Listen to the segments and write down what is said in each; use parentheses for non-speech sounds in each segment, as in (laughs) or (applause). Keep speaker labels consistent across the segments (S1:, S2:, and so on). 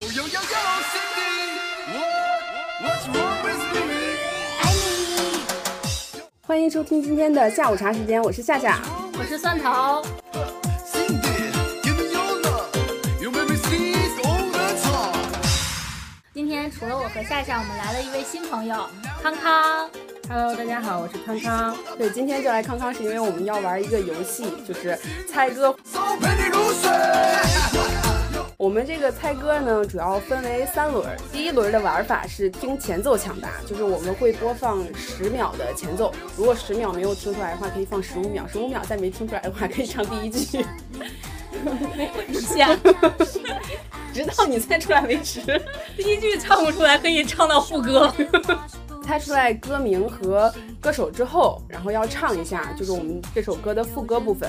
S1: yo, yo, Cindy, what? What's wrong with me?
S2: 欢迎收听今天的下午茶时间，我是夏夏。
S3: 我是蒜头，
S1: Cindy, give me your love. You make me sneeze all the time.
S3: 今天除了我和夏夏，我们来了一位新朋友康康。Hello，大家好，我是康康。
S2: 对，今天叫来康康是因为我们要玩一个游戏，就是猜歌。
S1: So penny loser.
S2: 我们这个猜歌呢，主要分为三轮儿。第一轮的玩法是听前奏抢答，就是我们会播放十秒的前奏，如果十秒没有听出来的话，可以放十五秒，十五秒再没听出来的话，可以唱第一
S4: (laughs)
S2: 句，
S4: 想
S2: (laughs) 直到你猜出来为止。
S4: (laughs) 第一句唱不出来，可以唱到副歌。
S2: (laughs) 猜出来歌名和歌手之后，然后要唱一下，就是我们这首歌的副歌部分。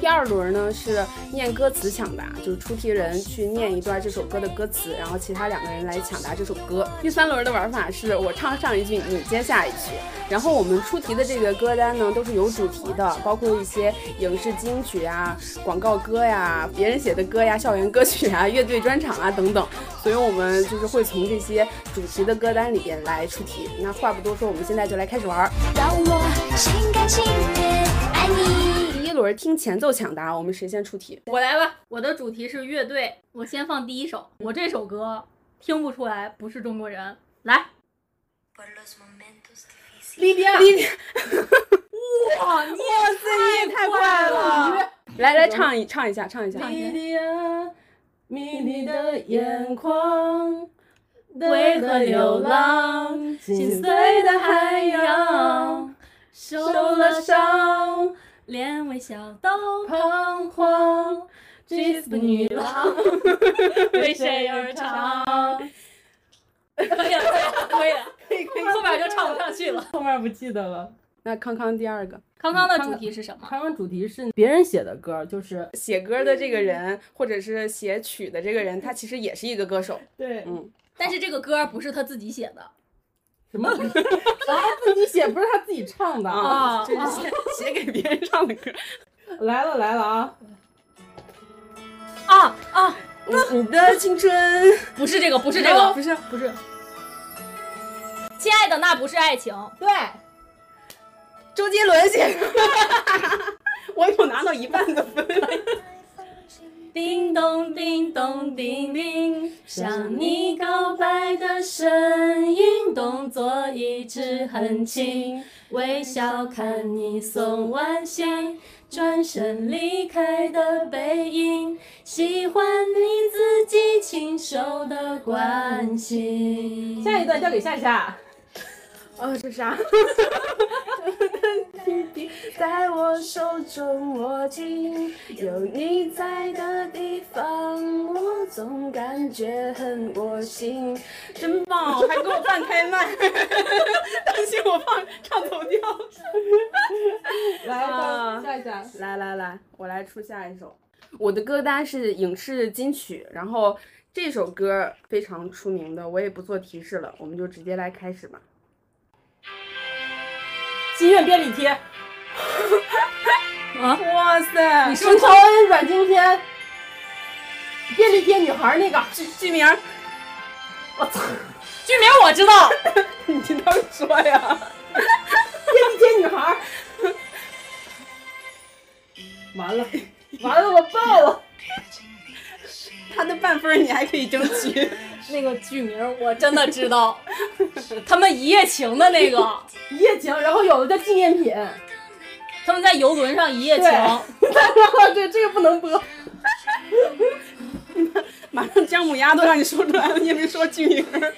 S2: 第二轮呢是念歌词抢答，就是出题人去念一段这首歌的歌词，然后其他两个人来抢答这首歌。第三轮的玩法是我唱上一句，你接下一句。然后我们出题的这个歌单呢都是有主题的，包括一些影视金曲呀、广告歌呀、别人写的歌呀、校园歌曲啊、乐队专场啊等等。所以我们就是会从这些主题的歌单里边来出题。那话不多说，我们现在就来开始玩儿。
S5: 让我心甘情愿爱你。
S2: 第一轮听前奏抢答，我们谁先出题？
S3: 我来吧，我的主题是乐队，我先放第一首。我这首歌听不出来不是中国人，来，
S2: 莉迪亚，莉迪亚，
S3: 哇，你也
S2: 太快了！来来唱一唱一下，唱一下。
S3: 莉
S4: 迪亚，迷离的眼眶，为何流浪？心碎的海洋，
S3: 受
S4: 受了伤，
S3: 连微笑都
S4: 彷徨。这次女郎为谁而唱？
S3: 可以了，可以了，
S2: 可以可
S3: 后边就唱不上去了。
S6: 后面不记得了。
S2: 那康康第二个
S3: 康康的主题是什么？
S6: 他们主题是别人写的歌，就是
S2: 写歌的这个人，或者是写曲的这个人，他其实也是一个歌手。
S6: 对
S2: 嗯，
S3: 但是这个歌不是他自己写的
S6: 什么他自己写，不是他自己唱的啊。
S3: 啊
S2: 哦就是写写给别人唱 (laughs) 的歌。
S6: 来了来了啊！
S3: 啊啊！
S2: 你的青春
S3: 不是这个，不是这个，
S2: 不是
S6: 不是，
S3: 亲爱的，那不是爱情。
S6: 对，
S2: 周杰伦写 (laughs) 的。我有拿到一半的分。
S4: 叮咚叮咚叮叮，向你告白的声音，动作一直很轻，微笑看你送完信，转身离开的背影，喜欢你自己亲手的关心。
S6: 下一段交给夏夏。
S2: 哦，这啥？在我手中握紧，有你在的地方，我总感觉很窝心。真棒，还给我半开麦，担心我放唱走调。
S6: 来
S2: 啊
S6: 吧，夏夏。
S2: 来来来，我来出下一首。我的歌单是影视金曲，然后这首歌非常出名的，我也不做提示了，我们就直接来开始吧。
S6: 心愿便利贴，
S2: 哇塞，你
S6: 是曹恩阮经天，便利贴女孩那个。
S2: 剧剧名儿？
S3: 剧名我知道，
S2: 你倒说 (laughs) 呀！
S6: 便利贴女孩儿。完了，完了，我爆了！
S2: 他的半分儿你还可以争
S6: (laughs)
S2: 取。
S3: 那个剧名我真的知道，他们一夜情的那个，
S6: 一夜情，然后有的叫纪念品。
S3: 他们在游轮上一夜情
S6: 对，，然后这这个不能播。
S2: (laughs) 马上姜母鸭都让你说出来了，你也没说剧名儿。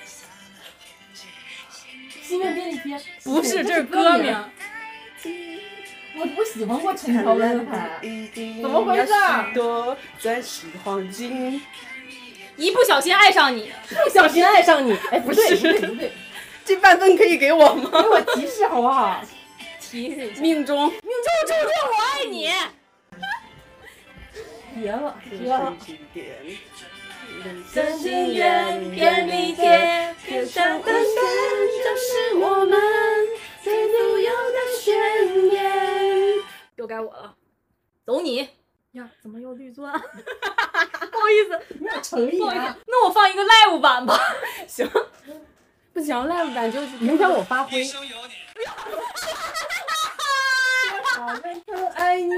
S6: 心愿便利贴
S3: 不是，这是歌名。
S6: 我我喜欢过陈乔恩的牌，怎么回事儿
S2: 多钻石黄金，
S3: 一不小心爱上你，
S6: 不小心爱上你。哎，不对，不对，不对，
S2: 这半分可以给我吗？
S6: 给我提示好不好？
S3: 提示一下，
S2: 命中。
S3: 我爱你。
S6: 绝了，绝了！
S4: 真心愿便利贴，贴上的人就是我们最自由的宣言。
S3: 又该我了，走你。呀，怎么又绿 (laughs) 钻？不好意思，
S1: 没有诚意
S3: 不好意
S1: 啊
S3: 思！，那我放一个 live 版吧。
S2: 行，不行，live 版就影响我发挥。
S1: 好那个
S2: 爱你，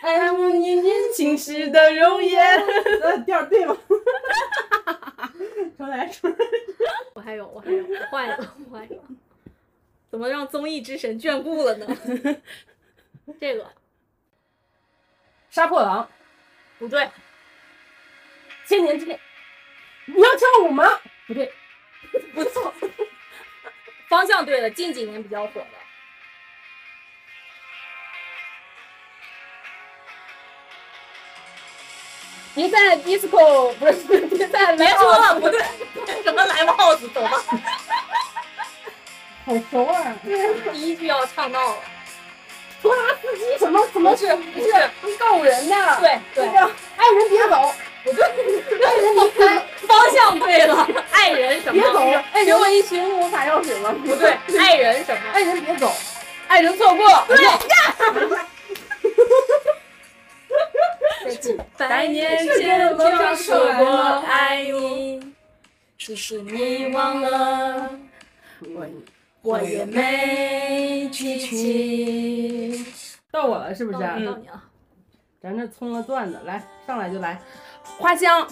S2: 爱慕你年轻时的容颜。
S1: 呃，调儿对吗？重来，重来。
S3: 我还有，我还有，我坏了，我坏了。怎么让综艺之神眷顾了呢？这个
S1: 杀破狼，
S3: 不对，
S1: 千年之恋。你要跳舞吗？不对，
S3: 不错，方向对了。近几年比较火的，
S1: 别在 disco，不是 (laughs) 别在
S3: 别说了，不对，什么 live house 走吧，
S1: 好熟啊！
S3: 第一句要唱到了。
S1: 拖拉司机什么什么是
S3: 不是，
S1: 告人的？
S3: 对对，
S1: 那个爱人别走，
S3: 不对，爱人离开，方向对了，爱人什么？
S1: 别走，哎，给我一瓶魔法药水吗？
S3: 不对，爱人什么？
S1: (laughs) 爱人别走，
S2: 爱人错过，
S3: 对，
S4: 百年前就说过爱你，只是你忘了，我也没记起。
S1: 到我了是不是？
S3: 到你到你啊！
S1: 咱这葱了段子，来上来就来，
S2: 花江，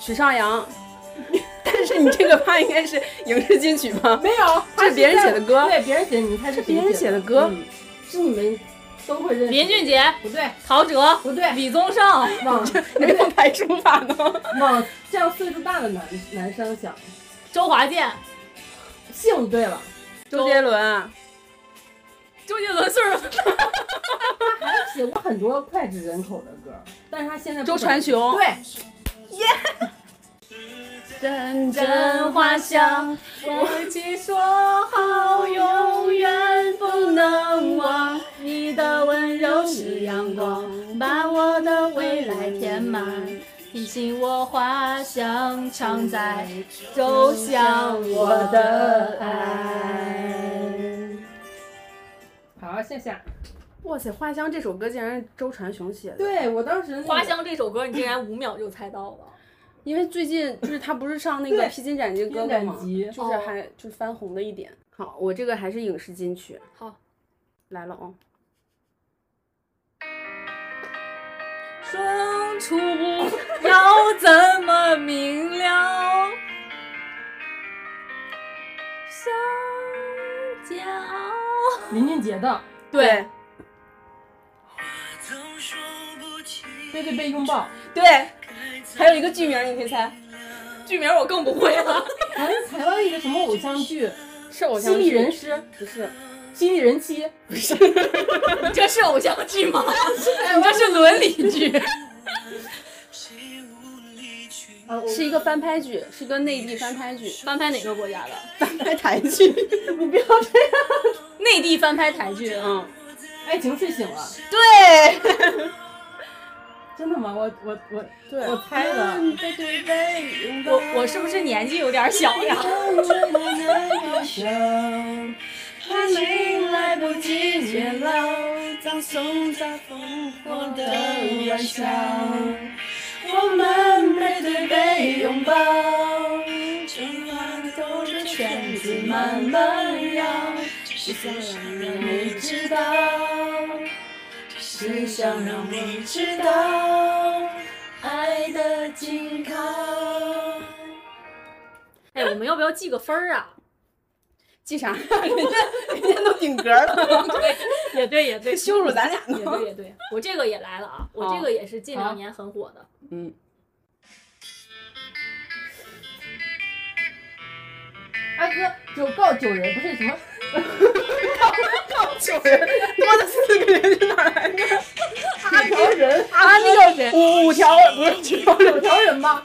S2: 许绍洋。 (laughs) 但是你这个吧应该是影视金曲吧？
S1: 没有，
S2: 这是别人写的歌
S1: 对，别人写的，你看是
S2: 别人写的歌
S1: 嗯是你们都会认识。
S3: 林俊杰、
S1: 不对，
S3: 陶喆、
S1: 不对，
S3: 李宗盛，
S1: 往 (laughs)
S2: 没有排除法呢。
S1: 往这样岁数大的男男生想，
S3: 周华健。
S1: 姓对了，
S2: 周杰伦，啊
S3: 周杰伦岁数大，
S1: 写过很多脍炙人口的歌，但是他现在不
S2: 周传雄
S1: 对，
S4: 阵阵花香，我记说好永远不能忘。你的温柔是阳光，把我的未来填满。提醒我花香常在，走向我的爱。
S1: 好，夏夏，
S2: 哇塞，花香这首歌竟然是周传雄写的。
S1: 对我当时那个
S3: 花香》这首歌你竟然五秒就猜到了，
S2: 因为最近就是他不是上那个
S1: 对
S2: 《披荆斩棘》哥
S1: 金
S2: 哥
S1: 展
S2: 嘛，
S1: 集，
S3: 哦
S2: 就是还就是翻红的一点。好，我这个还是影视金曲。
S3: 好，
S2: 来了哦。
S3: 双 (laughs) 处要怎么明了？相煎熬。
S1: 林俊杰的
S3: 对
S1: 《背对背拥抱
S2: 对，还有一个剧名你可以
S3: (laughs)
S2: 猜，
S3: 剧名我更不会了，》，
S1: 好像台湾一个什么偶像剧，《
S2: 是偶像
S1: 犀利
S2: 剧
S1: 人师》
S2: 不是？
S1: 《犀利人妻》，
S3: 你 (laughs) 这是偶像剧吗？ (laughs) 你这是伦理剧。
S1: 啊，我
S2: 是一个翻拍剧，是一个内地翻拍剧，
S3: 翻拍哪个国家的？
S2: 翻拍台剧。 (laughs)
S1: 你不要这样，
S3: 内地翻拍台剧。嗯，
S2: 嗯，
S1: 爱情睡醒了，
S2: 对
S1: 真的吗？我我我
S2: 对
S1: 我猜的，
S3: 我我是不是年纪有点小呀？
S4: 爱情来不及解了，葬送在烽火的晚上，我们背对背拥抱，春花兜着圈子慢慢绕，只想让你知道，只想让你知道，爱的紧靠。
S3: 哎，我们要不要记个分儿啊？
S2: 记啥？ (laughs) 人家人家都顶格了，
S3: (laughs) 对，也对，也对，
S2: 羞辱咱俩
S3: 也对
S2: 呢。
S3: 也对，我这个也来了啊，我
S2: 好
S3: 这个也是近
S1: 好
S3: 两年很火的。
S2: 嗯，
S1: 阿哥九告九人不是什么，
S2: 九人多的四个人是哪来的？
S1: 阿条人，
S2: 啊，那个五五条不是九条人
S1: 九条人吧？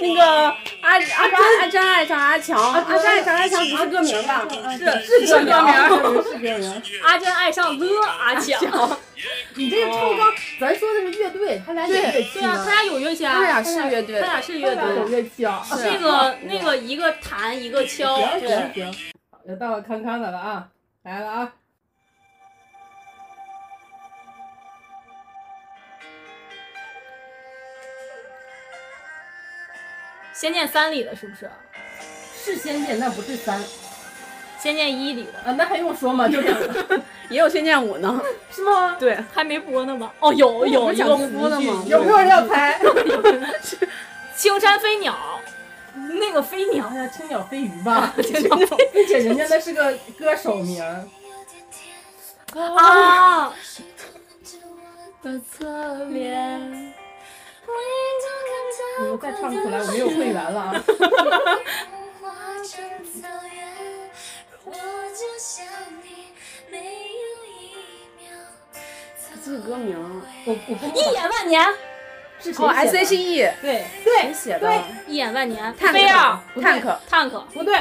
S2: 那个阿阿扎阿扎爱上阿强，阿扎爱上阿强不是歌名吧？
S1: 是
S2: 是歌名儿
S1: 名，是歌名儿。
S3: 阿珍爱上了阿强，
S1: 你这个超纲，咱说的是乐队，他俩有乐器
S3: 对啊，
S1: 吗
S3: 他？俩有乐器啊，
S2: 他俩是乐
S3: 他
S2: 队，
S3: 俩是乐
S1: 他俩有
S3: 队。
S1: 乐器啊。
S2: 是
S3: 那个那个一个弹一个敲，
S1: 行行行，要到了康康的了啊，来了啊！
S3: 仙剑三》里的是不是？
S4: 是仙剑，那不是三啊？
S3: 《仙剑一》里的
S4: 那还用说吗？就是 (laughs)
S2: 也有《仙剑五》呢。
S4: 是吗？
S2: 对，
S3: 还没播呢吗？哦，有有
S2: 不
S3: 一
S2: 是讲
S3: 个
S2: 第一
S3: 糊了
S2: 句
S3: 吗？
S4: 有没有人要猜？
S3: (laughs) 青山飞鸟，那个飞鸟
S4: 哎呀，青鸟飞鱼 (laughs) 吧，
S3: 青鸟飞
S4: 并且人家那是个歌手名儿，
S3: 啊，
S5: 的侧面。
S4: 你们再唱不出来，我没有会员了啊！
S2: 这个歌名
S4: 我我不
S3: 一眼万年，
S4: 是谁
S2: 哦，S H
S4: 写的？
S2: E
S3: 对，
S2: 谁写的？
S3: 一眼万年，
S2: 探
S3: 飞儿，
S2: 克，探克，
S3: 探克，
S4: 不对，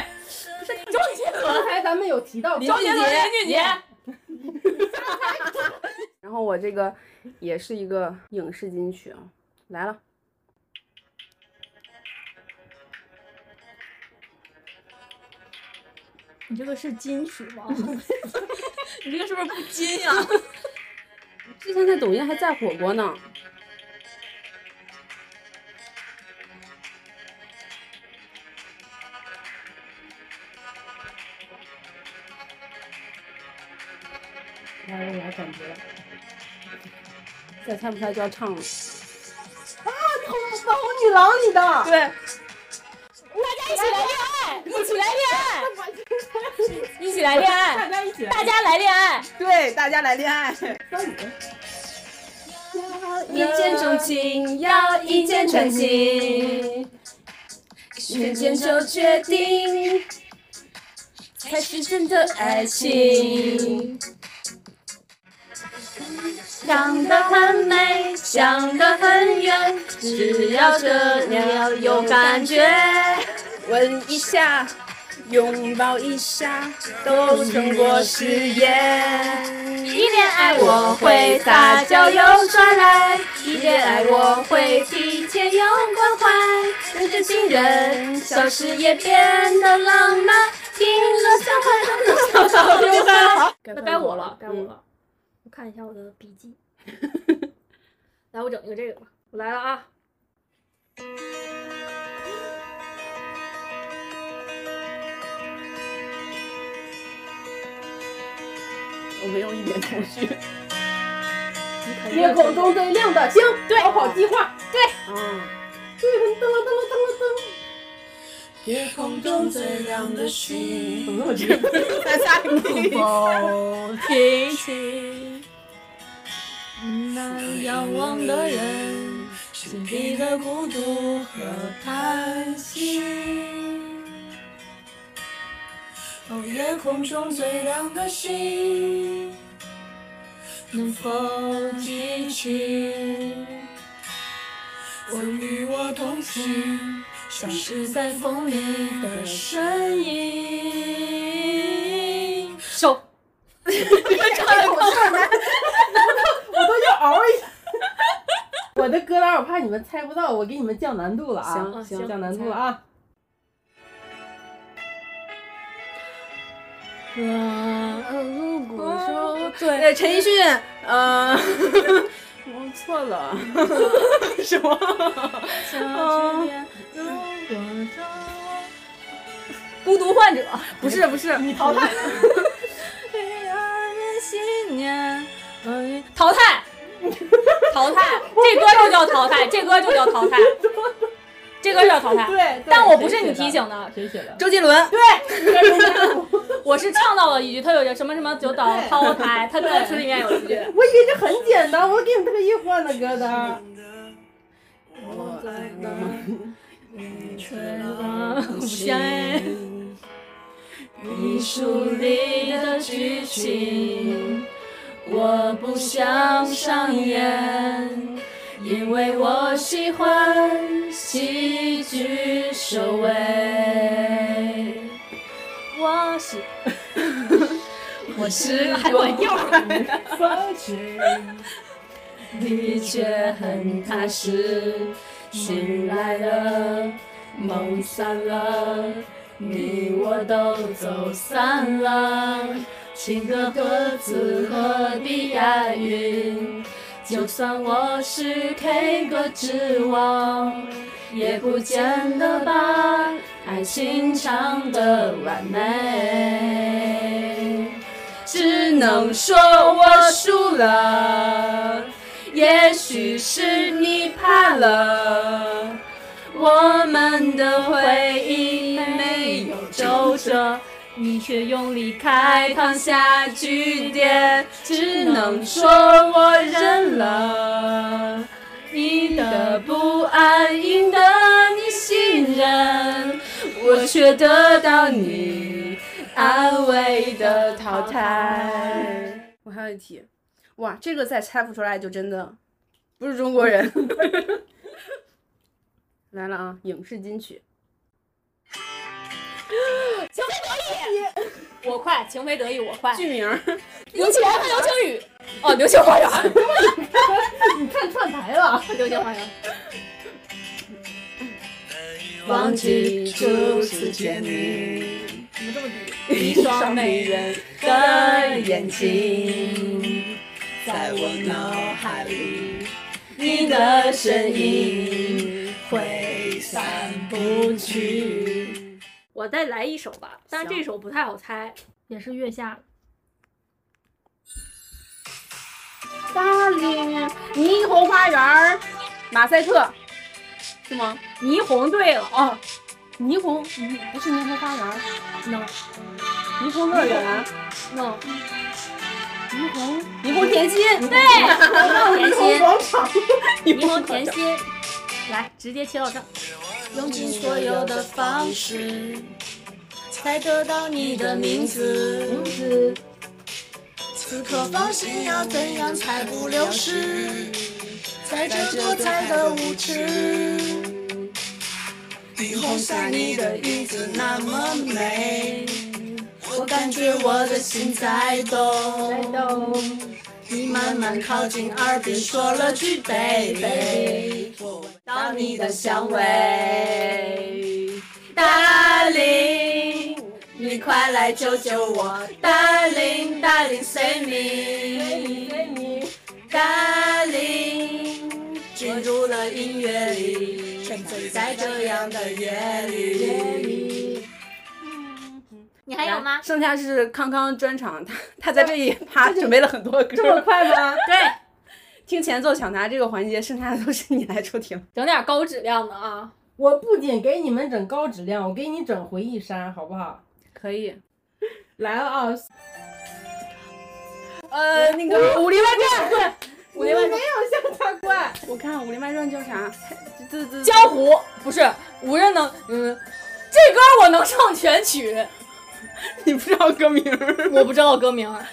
S4: 刚才咱们有提到林
S3: 周杰伦、林俊杰，
S2: 然后我这个也是一个影视金曲啊，来了，
S3: 你这个是金曲吗？ (laughs) 你这个是不是不金啊 (laughs) 呀、
S2: 之前在抖音还在火过呢。
S4: 来我来感觉了，
S2: 再猜不出来就要唱了。
S4: 小红女郎你的，
S2: 对，
S3: 一起来恋 (laughs) 爱，一起来恋爱，一起来恋
S4: 大
S3: 爱，
S4: 家一起来
S3: 大家来恋爱，
S2: 对，大家来恋爱。
S4: 三五个。
S5: 一见钟情要一见钟情，瞬间就决定，才是真的爱情。想得很美，想得很远，只要这样有感觉，
S2: 吻一下，拥抱一下，都胜过誓言。
S5: 一恋爱我会撒娇又耍赖，一恋爱我会体贴又关怀，跟着情人小事也变得浪漫，听了小花都能笑到流汗。
S2: 该
S3: 那该我了，该我
S2: 嗯
S3: 了。我看一下我的笔记， (laughs) 来，我整一个这个吧，我来了啊。
S2: 我没有一点头绪。
S4: 夜空中最亮的星，对，逃跑计划，
S5: 嗯
S2: 啊，
S4: 夜空中最亮的星，怎么那么直？
S2: 再下一个。
S3: 平行，
S5: 那仰望的人，心底的孤独和叹息。哦，夜空中最亮的星，能否记起？我与我同行，消失在风里的身影。
S3: 手，
S4: 我都要嗷一下。 (laughs) 我的歌单我怕你们猜不到，我给你们降难度了啊！
S2: 行
S3: 行
S4: 降难度了啊！
S3: 呃入
S2: 啊
S3: 骨手，
S2: 嗯对，陈奕迅，呃， (laughs) 我错 (laughs) 了，什么？
S3: 孤独患者，
S2: 不是不是，你
S4: 淘汰，
S3: 淘汰，淘汰，这歌就叫淘汰，这歌就叫淘汰，这歌就叫淘汰。
S4: 对，
S3: 但
S4: 对
S3: 我不是你提，醒的，
S4: 谁写的？
S2: 周杰伦，
S3: 我是唱到了一句，他有一个什么什么九岛
S4: 对
S3: 淘汰，他歌词里面有一句，
S4: 我以为这很简单，我给你们特意换的歌单。
S3: 不行哎，
S5: 艺术里的剧情，我不想上演，因为我喜欢喜剧收尾。
S3: 我是
S5: 我是
S3: 还管调儿，
S5: 的确很踏实，醒来了，梦散了，你我都走散了。情歌歌词何必押韵？就算我是 K 歌之王，也不见得把爱情唱得完美。只能说我输了，也许是你怕了。我们的回忆没有皱褶，你却用离开烫下句点，只能说我认了。你的不安赢得你信任，我却得到你安慰的淘汰。
S2: 我还有一题，哇，这个再猜不出来就真的不是中国 (laughs) 人。来了啊，影视金曲，
S7: 我快，情非得已，我快。
S2: (laughs) 剧名儿
S7: 刘启然和刘青宇。哦，流星花园，
S4: 你看串台了，
S7: 流星花园。
S5: 忘记初次见你，一双美人的眼睛，在我脑海里，你的身影挥散不去。
S7: 我再来一首吧，但是这首不太好猜，也是月下。
S2: 大理霓虹花园儿，马赛克是吗？
S7: 霓虹对了，
S2: 哦，霓虹嗯不是霓虹花园儿，
S7: no
S2: 霓虹乐园，
S7: no，
S2: 霓虹霓虹甜心，对，
S3: (laughs)
S7: 对，甜心，
S4: 广场。
S7: 霓虹甜心， (laughs) 来，直接切到这儿。
S5: 用尽所有的方式，才得到你的名字。此刻放心，要怎样才不流失？在这多彩的舞池，霓虹下你的影子那么美，我感觉我的心在动。你慢慢靠近耳边说了句 baby，我闻到你的香味。达令，你快来救救我！达令，达令，say me，达令，进入了音乐里，沉醉在这样的夜里。
S7: 你还有吗？
S2: 剩下是康康专场，他他在这一趴准备了很多歌，这么快 (laughs) 吗？
S7: 对，
S2: 听前奏抢答这个环节，剩下的都是你来出题了。
S7: 整点高质量的啊。
S4: 我不仅给你们整高质量，我给你整回忆杀，好不好？
S2: 可以，
S4: 来了啊！
S2: 呃，那个《武林外传》，
S4: 我没有像他怪，
S2: 我看《武林外传》叫啥？这这
S3: 江湖不是无人能，嗯，这歌我能唱全曲，
S2: 你不知道歌名儿？ (laughs)
S3: 我不知道歌名儿，啊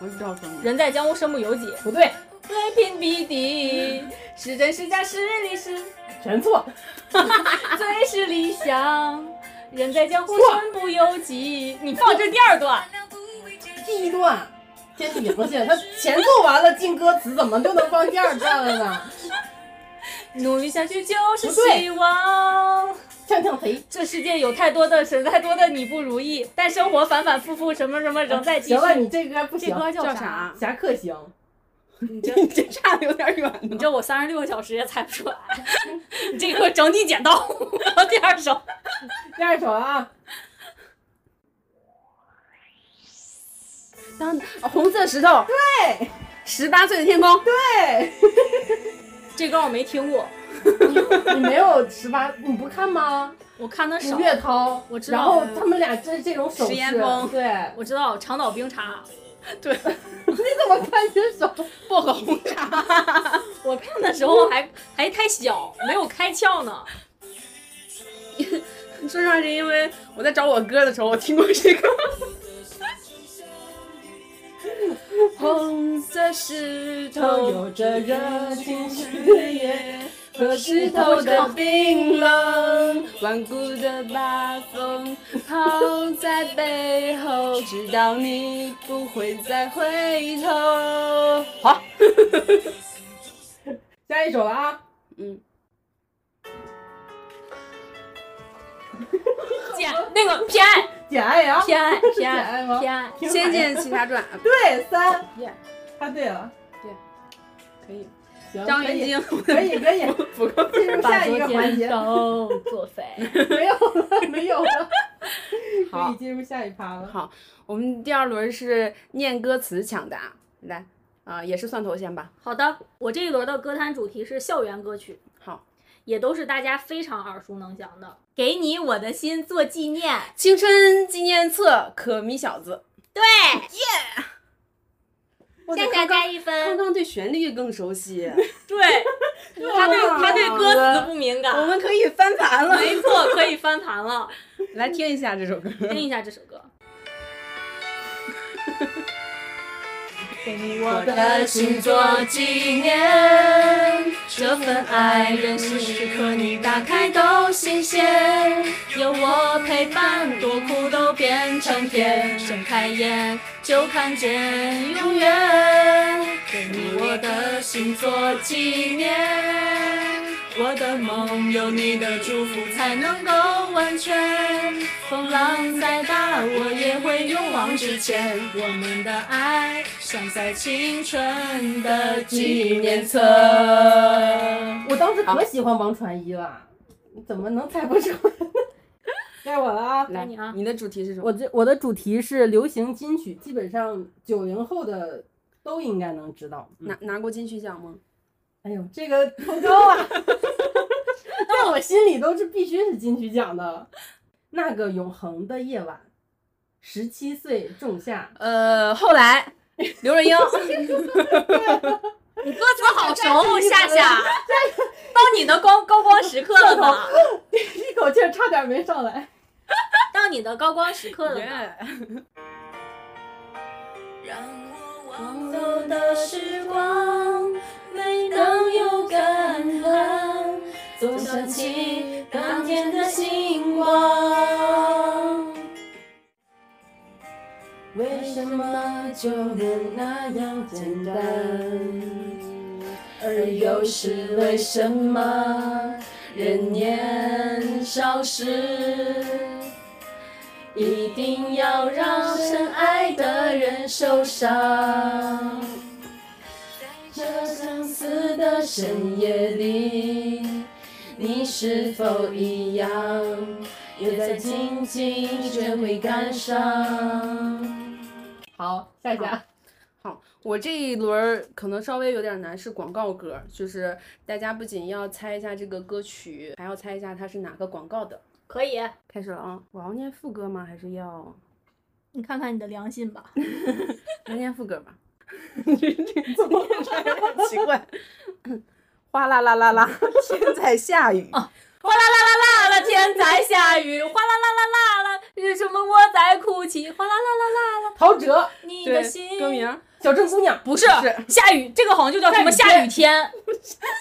S2: 我也不知道歌名。
S3: 《人在江湖身不由己》
S4: 不对，
S3: 为拼必敌，是真是假是理是
S4: 全错。
S3: (laughs) 最是理想。人在江湖身不由己，你放这第二段，
S4: 第一段，天气也不信，他前奏完了进歌词，怎么就能放第二段了呢？ (laughs)
S3: 努力下去就是
S4: 不对
S3: 希望。
S4: 呛呛谁？
S3: 这世界有太多的神，太多的你不如意，但生活反反复复，什么什么仍在继
S4: 行了，
S3: 续。
S4: 哎你这歌不
S3: 这
S4: 行，
S3: 歌叫
S2: 叫
S3: 啥？
S2: 啥？
S4: 侠客行。
S2: 你这差的有点远呢。
S3: 你知道我三十六个小时也猜不出来， (laughs) 这个整体剪刀，然后第二首
S4: 第二首啊，
S2: 当、哦红色石头，
S4: 对
S2: 十八岁的天空，
S4: 对，
S3: 这歌我没听过，
S4: 你没有十八，你不看吗？
S3: 我看的少
S4: 吴。月涛，
S3: 我知道
S4: 然后他们俩真是这种手势，
S2: 石岩峰
S4: 对，
S3: 我知道长岛冰茶，
S4: 你怎么看这手？
S2: 薄荷红茶，
S3: (laughs) 我看的时候还还太小，没有开窍呢。
S2: 说实话是因为我在找我歌的时候，我听过这个。
S5: 红色石
S4: 都
S5: 头
S4: 有着热情血液和石
S5: 石
S4: 头
S5: 头
S4: 的
S5: 的冰冷，
S2: 顽固的吧，
S5: 风抛在背后，直到你不会再回头。
S4: 下一首了啊，
S3: 姐，那个偏爱
S4: 简爱呀，啊
S3: 偏爱偏
S4: 简爱
S3: 爱
S4: 吗
S3: 偏爱，
S2: 啊
S3: (laughs)
S2: 《仙剑奇侠传》
S4: 对，三，猜对了，
S2: 可以。
S4: 行，
S2: 张
S4: 可
S2: 云
S4: 以
S2: 京，
S4: 可以可以，
S3: (laughs)
S4: 进入
S5: 把
S4: 下
S5: 昨
S4: 一个环
S5: 天
S4: 节，
S5: 都作废。
S4: (laughs) 没
S3: (laughs)
S4: 有了，没有了，可
S2: 好
S4: 以进入下一趴了。
S2: 好，我们第二轮是念歌词抢答，来，啊、也是算头先吧。
S7: 好的，我这一轮的歌单主题是校园歌曲，
S2: 好，啊
S7: 也都是大家非常耳熟能详的。给你我的心做纪念，
S2: 青春纪念册，可米小子。对，耶、
S7: 夏夏加一分
S2: 刚。 (laughs) 刚对旋律更熟悉，
S3: 对， (laughs) 他对他对歌词不敏
S2: 我
S3: 感，
S2: 们可以翻盘了。
S3: 没错，可以翻盘了。
S2: (laughs) 来听一下这首歌，
S7: 听一下这首歌，
S5: 我的心做纪念，这份爱任是时刻你打开都新鲜，有我陪伴，多苦都变成甜。睁开眼就看见永远，给你我的心做纪念，我的梦有你的祝福才能够完全。风浪再大，我也会勇往直前。我们的爱像在青春的纪念册。
S4: 我当时可喜欢王传一了，怎么能猜不出？该我了啊！
S2: 来
S7: 你啊
S2: 你的主题是什么？
S4: 我这我的主题是流行金曲，基本上九零后的都应该能知道。嗯
S2: 拿拿过金曲奖吗？
S4: 哎呦，这个头高啊， (laughs) 在我心里都是必须是金曲奖的。那个永恒的夜晚，十七岁仲夏，
S2: 呃，后 (laughs) 来刘若英，
S3: 你歌词好熟，夏夏，到你的高高光时刻了吧？
S4: 一口气儿差点没上来。
S7: 到你的高光时刻了吧？
S5: 往后的时光没能有感叹，总想起当天的星光。为什么就能那样简单？而又是为什么人年少时？一定要让深爱的人受伤。这相思的深夜里，你是否一样，也在静静学会感伤？
S4: 好，夏夏，
S2: 好，我这一轮儿可能稍微有点难，是广告歌，就是大家不仅要猜一下这个歌曲，还要猜一下它是哪个广告的。
S7: 可以，
S2: 开始了啊！我要念副歌吗？还是 (laughs) 要
S3: 你看看你的良心吧。
S2: 来念副歌吧？怎 (laughs) 么很奇怪？哗啦啦啦 (laughs) 啦，天在下雨。
S3: 哗啦啦啦啦啦，天在下雨，哗啦啦啦啦啦，是什么？我在哭泣，哗啦啦啦啦啦，
S4: 陶喆，
S3: 你
S2: 对
S3: 的心，
S2: 歌名儿
S4: 小镇姑娘，
S3: 不是
S2: 是
S3: 下雨，这个好像就叫什么下雨天，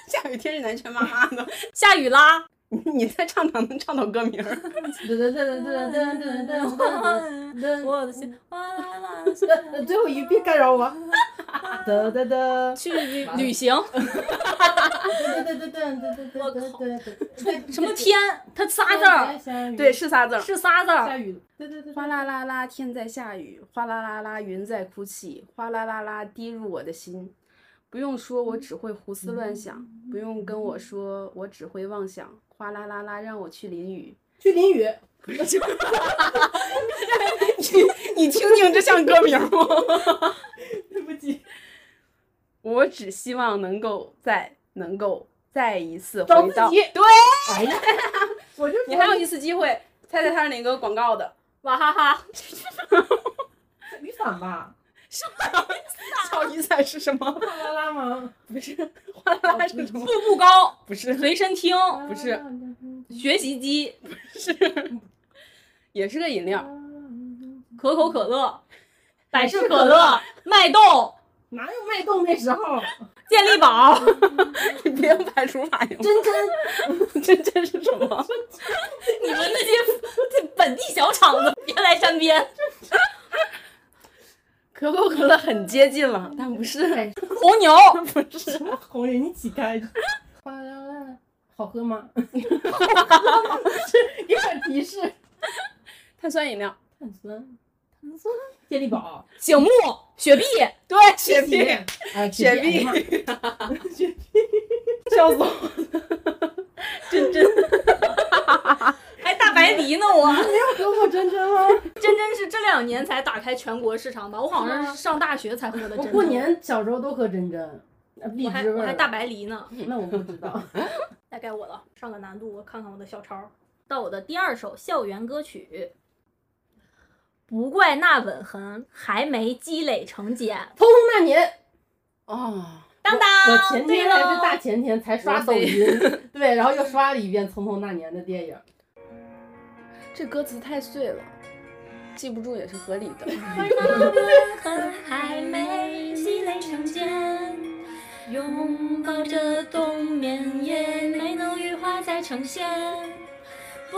S2: 下雨天是南拳妈妈的。 (laughs)
S3: 下雨啦。
S2: 你在唱哪能唱到歌名儿？
S4: 噔噔噔噔噔噔噔噔
S3: 我的心，哗啦啦啦啦，
S4: 噔，最后一遍干扰我。噔噔噔，
S3: 去旅旅行，
S4: 噔噔噔噔噔噔噔噔，
S3: 什么天？它仨字儿，
S4: 儿
S2: (laughs) 对，是仨字儿。
S3: 是仨字
S4: 下
S3: 儿。
S4: 雨了，对对对，
S2: 哗啦啦啦，天在下雨；哗啦啦啦，云在哭泣；哗啦啦啦，滴入我的心。不用说，我只会胡思乱想；不用跟我说，我只会妄想。哗啦啦啦，让我去淋雨。
S4: 去淋雨，
S2: (laughs) 你你听听，这像歌名吗？
S4: 对不起，
S2: (laughs) 我只希望能够再能够再一次
S4: 找
S2: 回
S4: 自
S2: 到
S4: 己，
S2: 对，
S4: 哎呀，我就
S2: 你
S4: 说
S2: 还有一次机会，猜猜它是哪个广告 (laughs) 的？
S7: 娃哈哈，
S4: 雨伞吧，
S2: 小雨伞是什么？
S4: 哗啦啦吗？
S2: 不是，哗啦啦是什么？
S3: 步步高，
S2: 不是，
S3: 随身听，
S2: 不是，
S3: 学习机，
S2: 也是个饮
S3: 嗯
S2: 料。
S3: 可口可乐，百事可乐，脉动，
S4: 哪有脉动那时 (laughs) 候？
S3: 健力宝，
S2: (laughs) 你别用排除法呀！
S4: 真真
S2: (laughs) 这这是什么？
S3: 你们那些本地小厂子，别来沾边。
S2: 可口可乐很接近了，但不 (laughs) 是。
S3: 红牛，
S4: 什么红人，你起开！哗啦啦，好喝吗？好喝吗？是有点提示。
S2: 碳酸饮料，
S4: 碳酸，碳酸，健力宝，
S3: 醒目，雪碧，
S2: 对，雪碧，
S4: 哎，
S2: 雪碧，
S4: 哎呀妈
S2: 雪碧，笑死我！真真，
S3: 还大白梨呢我。
S4: 没有喝过真真吗？
S3: 真真是这两年才打开全国市场吧？我好像是上大学才喝的真
S4: 我
S3: 真。
S4: 过年小时候都喝真真，那荔
S3: 我还
S4: 枝
S3: 我
S4: 味
S3: 还
S4: 儿嗯
S3: 大
S4: 的。
S3: 白梨呢。
S4: 那我不知 (laughs) 道，
S3: 那该我了，上个难度，我看看我的小抄。到我的第二首校园歌曲，不怪那吻痕还没积累成茧。
S4: 匆匆那年，
S2: 哦，
S3: 当当，
S4: 我前
S3: 对
S4: 天还是
S3: 喽
S4: 大前天才刷
S2: 我
S4: 抖
S2: 被
S4: 音，对，然后又刷了一遍《匆匆那年》的电影。
S2: 这歌词太碎了，记不住也是合理的。
S3: 哎
S5: 恨还没积累成茧，拥抱着冬眠，也没能羽化再成仙。不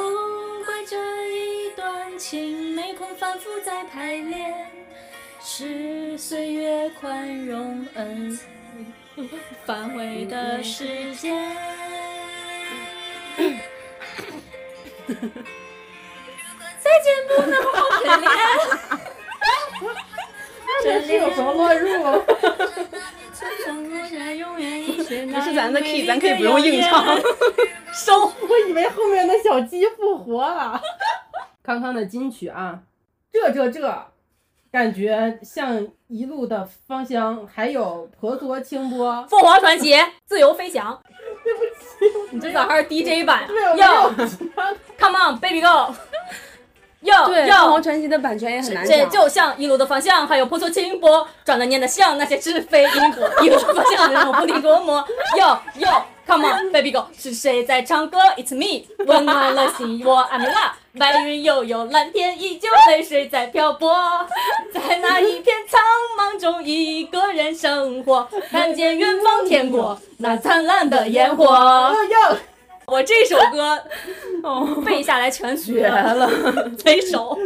S5: 怪这一段情没空反复再排练，是岁月宽容恩反悔的时间。
S4: 这是有什么乱入？啊
S2: 不
S3: (laughs)
S5: 不
S2: 是咱的 key，咱可
S3: 哎
S2: 以不用硬唱。 (laughs)
S4: 收， (laughs) 我以为后面的小鸡复活了。 (laughs) 康康的金曲啊，这这这，感觉像一路的芳香，还有婆娑清波。
S3: 凤凰传奇，自由飞翔。 (laughs) 对不起，你这咋还是 DJ 版啊
S4: 对，我没
S3: ？Yo
S4: 有哦其他的
S3: come on baby go。Yo
S2: 对，凤
S3: yo，
S2: 凰传奇的版权也很难
S3: 这
S2: 找。
S3: 就像一路的方向，还有婆娑清波，转的念的像那些是非因果，一路的方向让我不停琢磨。Yo (laughs) yo come on baby go，是谁在唱歌？It's me，温暖了心窝，阿米拉。白云悠悠，蓝天依旧，泪水在漂泊， (laughs) 在那一片苍茫中，一个人生活，看见远方天国那灿烂的烟火。
S4: 又又
S3: 我这首歌 (laughs) 背下来全学 (laughs) 了，贼熟，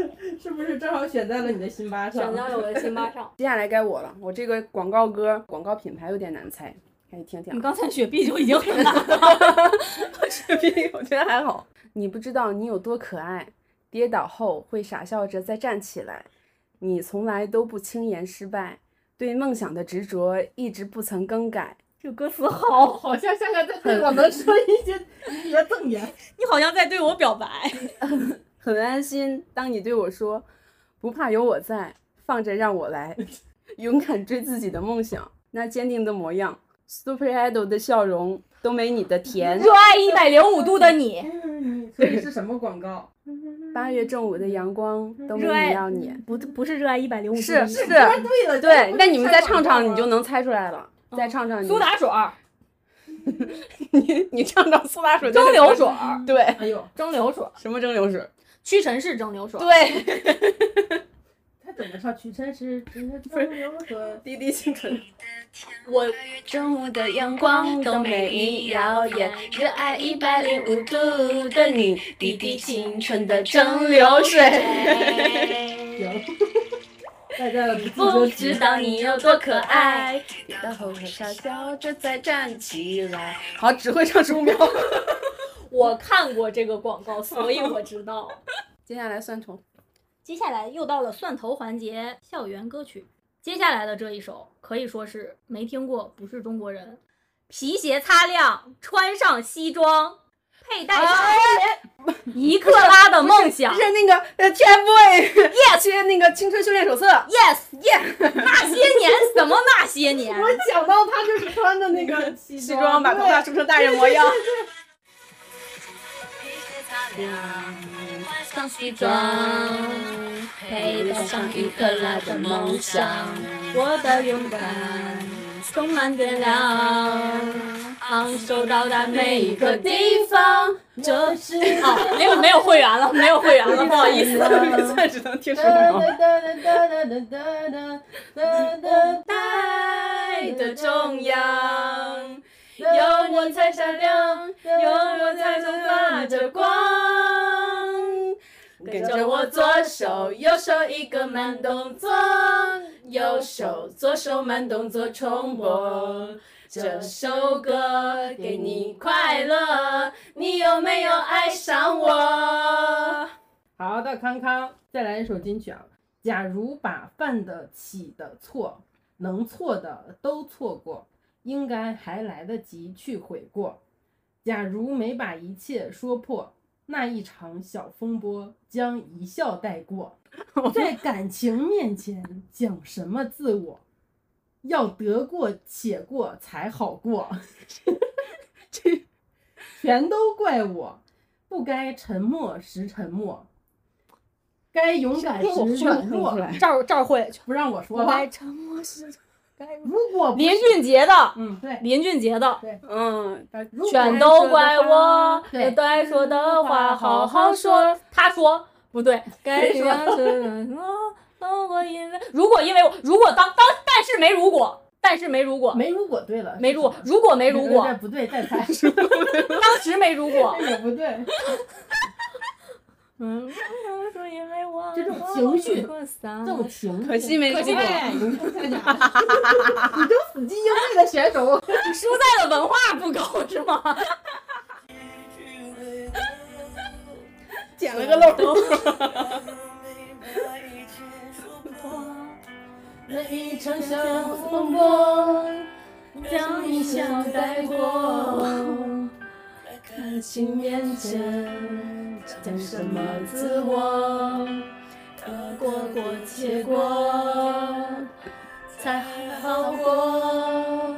S4: 是不是正好选在了你的辛巴上？
S3: 选到了我的辛巴上。
S2: 接下来该我了，我这个广告歌、广告品牌有点难猜，可以听听
S3: (laughs) 你
S2: 啊。
S3: 刚才雪碧就已经很难了，
S2: 我觉得还好。你不知道你有多可爱，跌倒后会傻笑着再站起来。你从来都不轻言失败，对梦想的执着一直不曾更改。
S3: 这歌词好，
S4: 好像下个在对我们说一些一些赠言。哎
S3: 你好像在对我表白。
S2: 很安心，当你对我说“不怕有我在，放着让我来”， (laughs) 勇敢追自己的梦想，那坚定的模样，Super Idol 的笑容都没你的甜。
S3: 热爱一百零五度的你，
S2: (laughs)
S4: 所以是什么广告？
S2: 八月正午的阳光都没
S3: 热爱
S2: 你耀眼。
S3: 不不是热爱一百
S2: (laughs)
S3: 零五度
S2: 是
S3: 的
S2: 是
S3: 你，
S4: 答对了，这
S2: 对
S4: 不，是
S2: 那你们再唱唱，
S4: 广告
S2: 你就能猜出来了。哦再唱唱你，
S3: 苏打水儿、
S2: 你 (laughs) 你唱唱苏打水，
S3: 蒸馏水儿、
S2: 对，
S4: 哎呦，
S3: 蒸馏水儿、
S2: 什么蒸馏水？
S3: 屈臣氏蒸馏水儿。
S2: 对，
S4: 他怎么唱？屈臣氏，直接
S2: (laughs)
S4: 蒸馏水。
S2: (laughs)
S4: (laughs)
S2: 滴滴清纯。
S3: 我
S5: 中午的阳光都没你耀眼，热爱一百零五度的你，滴滴清纯的蒸馏
S2: (laughs)
S5: 水。
S4: 行，大家的
S5: 不
S4: 不
S5: 知道你有多可爱，跌倒后会傻笑着再站起来。
S2: (laughs) 好，只会唱十五秒。
S3: 我看过这个广告，所以我知道。
S2: 接下来算重。
S3: 接下来又到了蒜头环节，校园歌曲。接下来的这一首可以说是没听过，不是中国人。皮鞋擦亮，穿上西装，佩戴
S5: 啊
S3: 上一克拉的梦想。
S2: 是那个呃 TFBOY 去那个青春修炼手册。
S3: Yes yes，那
S5: (laughs)
S3: 些年什么那些年？
S4: 我想到他就是穿的那个西
S2: 西装把头发梳成大人模样，
S5: 穿上西装，佩戴上一克拉的梦想， (laughs) 我的勇敢充满电量，昂首到达每一个地方。这是
S3: 哦，没有没有会员了，没有会员了，不好
S5: (laughs)
S3: 意思。
S2: 算只能听十
S4: 哒
S2: 五秒。
S4: 哒哒哒哒哒哒哒哒哒哒，
S5: 爱的中央，
S4: 有
S5: 有我才闪亮，有我才能发着光。
S2: 跟
S5: 跟着我左手右手一个慢动作，右手左手慢动作重播。这首歌给你快乐，你有没有爱上我？
S4: 好，到康康再来一首金曲啊，假如把犯得起的错、能错的都错过，应该还来得及去悔过。假如没把一切说破，那一场小风波将一笑带过。在感情面前讲什么自我，要得过且过才好过。 (laughs) 这全都怪我，不该沉默时沉默，该勇敢时软弱。
S3: 这儿这儿会
S4: 不让我说
S3: 我
S4: 吧
S3: 该？沉默是该
S4: 如果不
S3: 林俊杰的，
S4: 嗯对，
S3: 林俊杰的，
S2: 嗯，但
S4: 如果
S3: 全都怪我，
S4: 对
S3: 该说的话好好说。他说不对，该说的话都过因为如果因为我如果当当但是没如果，但是没如果，
S4: 没如果对了，
S3: 没如果，如果没如果
S4: 再，不对再
S3: (laughs)
S4: 猜，
S3: 当时没如果，
S4: 这也
S3: (laughs)
S4: 不对，
S3: 嗯，说因为 (laughs) 我
S4: 这种情绪
S3: 这
S4: 这种情
S2: 可惜没
S3: 可惜
S2: 中
S3: 没
S4: 你 (laughs) 都死记硬背的选手，
S3: 输在了文化不高是吗？
S2: 捡了个漏。
S5: 那一场小风波，将一笑带过。感情面前讲什么自我，得过过且过，才好过。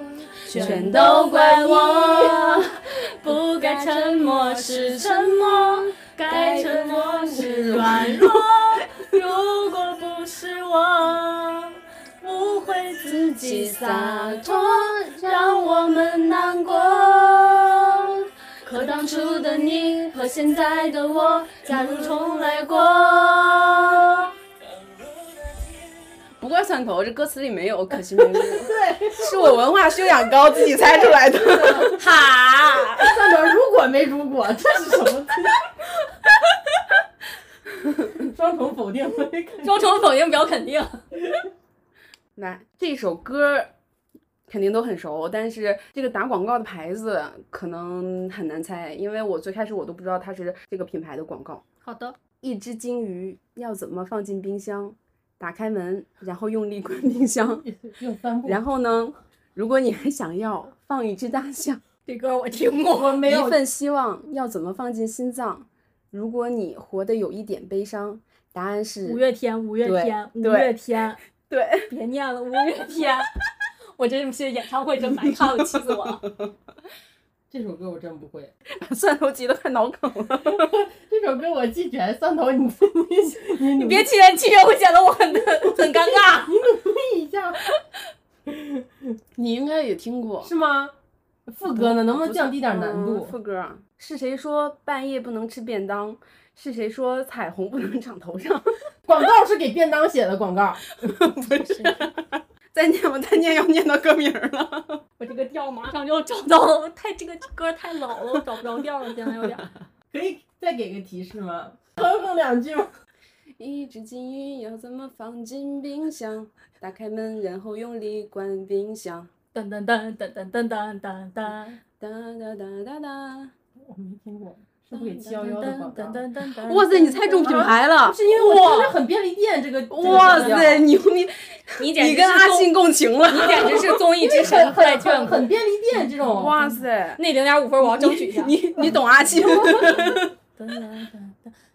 S5: 全都怪我， (laughs) 不该沉默是沉默，该沉默是软弱。如果不是我，不会自己洒脱，让我们难过。可当初的你和现在的我，假如重来过，
S2: 不过蒜头这歌词里没有，可惜没有。对，是我文化修养高，自己猜出来的。
S3: 哈，
S4: 算着如果没如果，这是什么字？ (laughs) 双重否定，
S3: 双重否定表肯定。
S2: 来，这首歌肯定都很熟，但是这个打广告的牌子可能很难猜，因为我最开始我都不知道它是这个品牌的广告。
S3: 好的，
S2: 一只金鱼要怎么放进冰箱？打开门，然后用力关冰箱。
S4: 用三步，
S2: 然后呢，如果你还想要放一只大象，
S3: 这歌我听过，
S4: 没有
S2: 一份希望要怎么放进心脏？如果你活得有一点悲伤，答案是
S3: 五月天，五月
S2: 对
S3: 天，五
S2: 对
S3: 月天，
S2: 对，
S3: 啊
S2: (laughs)
S3: 别念了，五月天。我真是演唱会真白看了，气死
S4: (laughs)
S3: 我了！
S4: 嗯这首歌我真不会。
S2: 蒜头急得快脑梗了。
S4: 这首歌我记全，蒜头你你你
S3: 你别欺人欺人，会显得我很很尴尬。
S4: 听一下
S2: 你应该也听过，
S4: 是吗？副歌呢，能不能降低点难
S2: 嗯
S4: 度？
S2: 副歌啊是谁说半夜不能吃便当？是谁说彩虹不能长头上？ (laughs)
S4: 广告是给便当写的广告，
S2: 再念吧，再念要念到歌名儿了。
S3: 我这个调马 (laughs) 上就要找到了，我太这个歌太老哦了，我找不着调了，现在有点。
S4: 可以再给个提示吗？哼哼两句吗？
S2: (laughs) 一只金鱼要怎么放进冰箱？打开门，然后用力关冰箱。
S3: 噔噔噔噔噔噔噔噔噔。
S2: 哒哒哒哒哒。
S4: 我没听过，是不给七幺幺的广告？
S3: 噔噔噔
S2: 哇塞，你猜中品牌了！
S4: 是因为我听着很便利店这个。这个
S2: 哇
S4: 调调
S2: 塞，，牛逼！
S3: 你简
S2: 啊
S3: 直
S2: 你跟阿
S3: 信，
S2: 信共情了。
S3: 你简直是综艺之
S4: 很
S3: 神在
S4: 很
S3: 眷
S4: 很
S3: 顾。
S4: 很便利店这种。
S2: (laughs) 哇塞，
S3: 那零点五分我要争取一下。
S2: (laughs) 你你懂阿信？
S3: 噔噔噔噔噔噔噔噔噔噔噔噔噔噔噔噔噔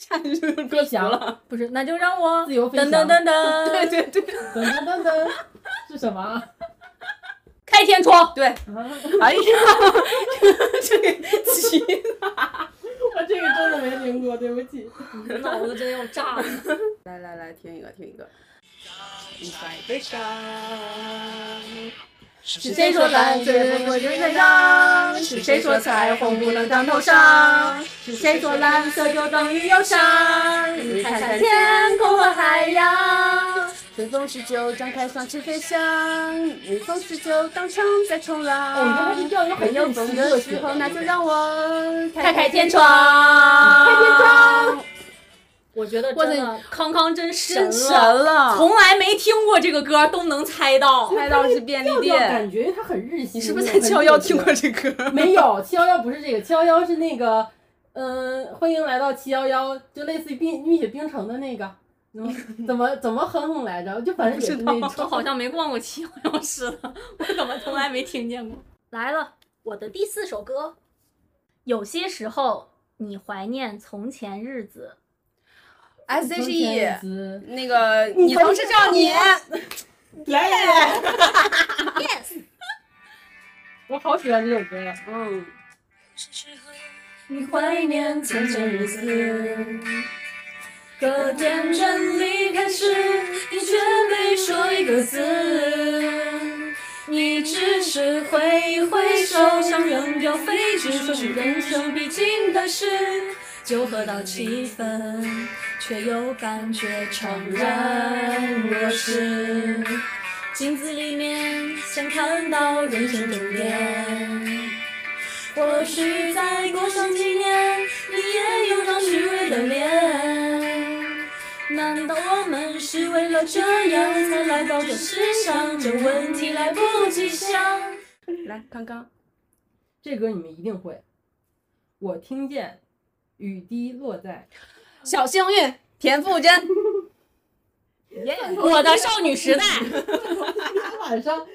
S2: 下一句就是歌
S4: 飞
S2: 词
S4: 翔
S2: 了。
S3: 不是，那就让我
S4: 自由飞
S3: 噔噔
S4: 翔。
S3: 噔噔， (laughs)
S2: 对对对，
S4: 噔噔噔噔，是什么啊？
S3: 开天窗，啊
S2: 对，哎 (laughs) 呀，这个急
S4: 我这个真的没听过，对不起。
S3: 脑子真要炸了。
S2: 来来来，听一个，听一个。
S3: 是谁说蓝色不能长头上？是谁说彩虹不能长头上？是谁说蓝色就等于忧伤？你看看天空和海洋，
S2: 随风十九，张开双翅飞翔。逆风十九，荡漾在冲浪。
S4: 哦，你刚才是调一个很
S2: 哎有
S4: 认
S2: 风
S4: 真
S2: 的
S4: 的
S2: 时候，那就让我
S3: 开开天窗，
S2: 开天窗，
S7: 我觉得
S3: 哇
S7: 真的
S3: 塞，康康真神
S2: 真神
S3: 了， (laughs)
S2: 了！
S3: 从来没听过这个歌都能猜到。
S2: 猜到是便利
S4: 调调
S2: (laughs) 店，
S4: 感觉它很日系。
S2: 你是不是在七幺幺听过这歌？
S4: (laughs) 没有，七幺幺不是这个，七幺幺是那个，嗯、欢迎来到七幺幺，就类似于冰蜜雪冰城的那个，怎么 (laughs) 怎么怎么哼哼来着？就反正也是那
S3: 我
S4: 种。
S3: 好像没逛过七幺幺似的，我怎么从来没听见过？
S7: 来了，我的第四首歌，
S5: 有些时候，你怀念从前日
S2: (laughs)
S5: 子。
S2: S H E
S3: (laughs)
S4: 子
S2: 那个
S4: 你
S2: 你
S4: 才
S2: 同
S4: 是
S2: 事叫你，
S4: 来来 yes，我好喜欢这首歌呀。
S2: 嗯，
S5: 你怀念从前日子，可天真离开时，你却没说一个字。你只是挥一挥手，像人飘飞去，说是人生必经的事，酒喝到七分，却又感觉怅然若失。镜子里面想看到人生终点。或许再过上几年，你也有张虚伪的脸。难道我们是为了这样才来到这世上？这问题来不及想。
S2: 来康康，
S4: 这歌你们一定会。我听见雨滴
S3: (laughs)
S4: 落在，
S3: 小幸运，田馥甄，我的少女时代，
S4: 晚上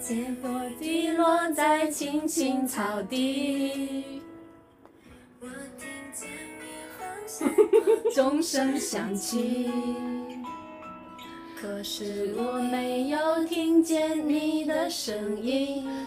S5: 结果滴落在青青草地。钟声响起，可是我没有听见你的声音，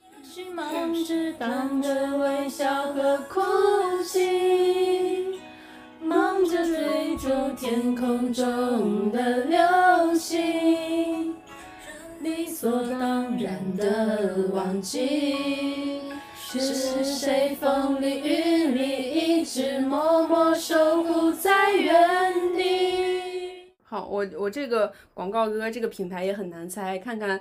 S5: 也许忙只当着微笑和哭泣，忙着追逐天空中的流星。理所当然的忘记，是谁风里雨里一直默默守护在原地。
S2: 好，我我这个广告歌这个品牌也很难猜，看看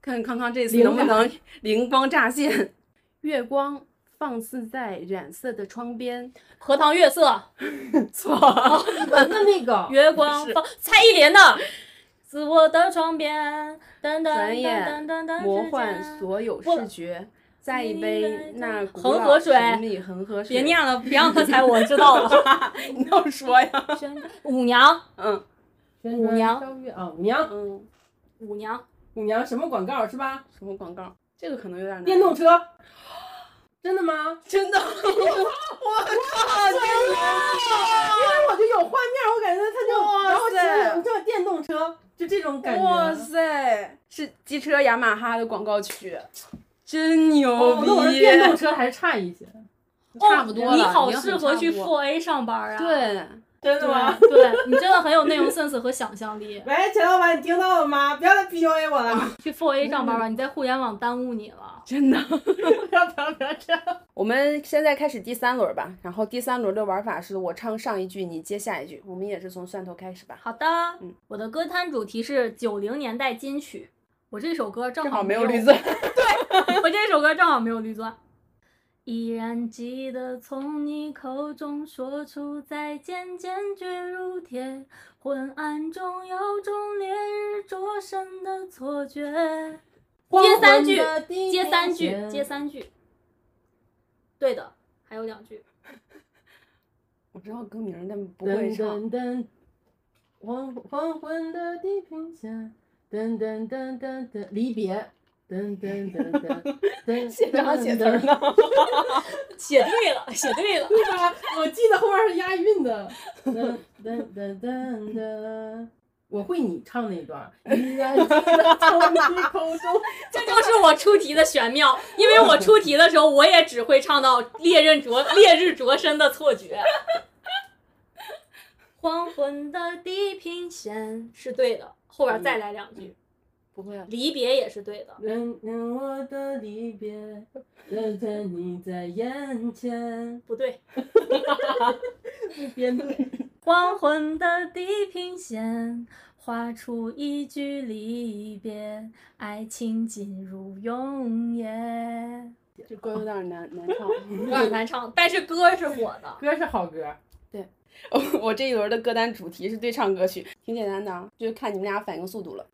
S2: 看康康这次
S4: 灵
S2: 能不
S4: 感
S2: 能 (laughs) 灵光乍现。月光放肆在染色的窗边，
S3: 荷塘月色，
S2: (laughs) 错，
S4: 蚊子那个
S3: 月
S2: (laughs)
S3: 光
S2: 是
S3: 放，蔡依林的《
S5: 自我的窗边，
S2: 转
S5: 噔噔
S2: 眼
S5: 噔噔噔，
S2: 魔幻所有视觉。再一杯那古老
S3: 恒河水
S2: 神秘恒河水，(laughs)
S3: 别念了，别让他猜，我知道了。
S2: 你要说呀，
S3: 舞娘，
S2: 嗯
S4: 宣
S3: 舞
S4: 传
S3: 娘
S4: 招月啊，舞娘，
S2: 嗯，
S3: 舞娘，
S4: 舞娘什么广告是吧？
S2: 什么广告？这个可能有点难。
S4: 电动
S3: (laughs)
S4: 车，真的吗？
S2: 真的，
S4: 因为我就有画面，我感觉它就，
S2: 哇
S4: 然后
S2: 塞
S4: 骑就电动车，就这种感觉。
S2: 哇塞，是机车雅马哈的广告曲，真牛
S4: 哦，
S2: 逼！
S4: 那我说电动车还差一些，
S2: 差不多了
S3: 哦你好
S2: 已经很
S3: 适合去
S2: 差不
S3: 4A 上班啊！
S2: 对，啊
S4: 真
S3: 对？对，你真的很有内容 sense 和想象力。
S4: 喂，钱老板，你听到了吗？不要再 PUA 我了！
S3: 去 4A 上班吧，你在互联网耽误你了。
S2: 真的。
S4: 不要不要不要这样！
S2: 我们现在开始第三轮吧，然后第三轮的玩法是我唱上一句，你接下一句，我们也是从蒜头开始吧。
S3: 好的，
S2: 嗯
S3: 我的歌单主题是九零年代金曲，我这首歌正
S2: 正好没有
S3: 有
S2: 绿，色，
S3: (laughs) 我这首歌正好没有绿钻。
S5: 依然记得从你口中说出再见，坚决如铁。昏暗中有种烈日灼身的错觉。
S3: 接三句
S4: 黄昏的地平
S3: 接三句，
S4: 线
S3: 接三句。对的，还有两句。
S2: 我知道歌名，但不会
S4: 噔
S2: 唱。
S4: 噔噔，黄黄昏的地平线，噔噔噔噔噔，离别，噔噔噔噔噔，
S5: 现场写词儿
S4: 呢。
S5: 写对了，写对了。
S4: 对吧？我记得后面是押韵的。噔噔噔噔噔，我会你唱那一段。依然记得从你口中。
S5: 这就是我出题的玄妙，因为我出题的时候，我也只会唱到“烈日灼烈日灼身”的错觉，
S3: 黄昏的地平线，
S5: (laughs)
S3: 嗯
S5: 是对的。后边再来两句，
S8: 不会啊，
S5: 离别也是对的。
S4: 人人我的离别，等着你在眼前。
S5: 不对，
S4: 编对，
S3: 黄昏的地平线，画出一句离别，爱情进入永夜。
S2: 这歌有点难难唱。 (laughs)
S5: 有点难唱，但是歌是火的。
S4: 歌是好歌。
S2: 我这一轮的歌单主题是对唱歌曲，挺简单的啊，就是看你们俩反应速度了。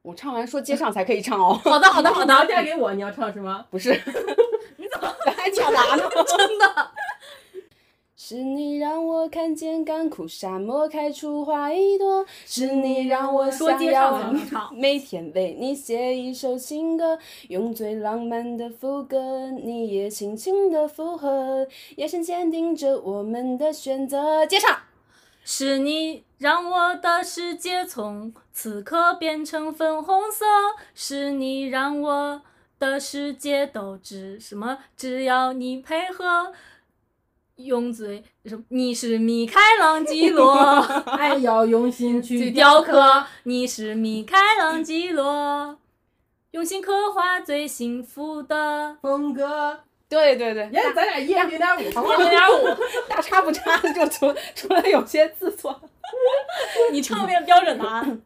S2: 我唱完说接上才可以唱哦，
S5: 好的，好的，好
S4: 你要
S5: 的，
S4: 嫁给我，你要唱什 (laughs) 么？
S2: (laughs) 不是？你怎么还抢答呢？
S5: 真的。
S2: 是你让我看见干枯沙漠开出花一朵，是你让我
S5: 说
S2: 想
S5: 接上才
S2: 要
S5: 能唱，
S2: 每天为你写一首情歌，用最浪漫的副歌，你也轻轻的附和，眼神坚定着我们的选择。接上， (laughs)
S3: 是你让我的世界从此刻变成粉红色，是你让我的世界都只什么？只要你配合，用嘴什么？你是米开朗基罗
S5: (laughs)
S4: 爱要用心去雕。
S3: 雕刻，你是米开朗基罗，用心刻画最幸福的。
S4: 峰哥，
S2: 对对对， (laughs)
S4: 耶，哎咱俩一人零点五，好不好？
S5: 零点五，
S2: 大差不差的就除除了有些字错。
S5: 你唱遍标准答案。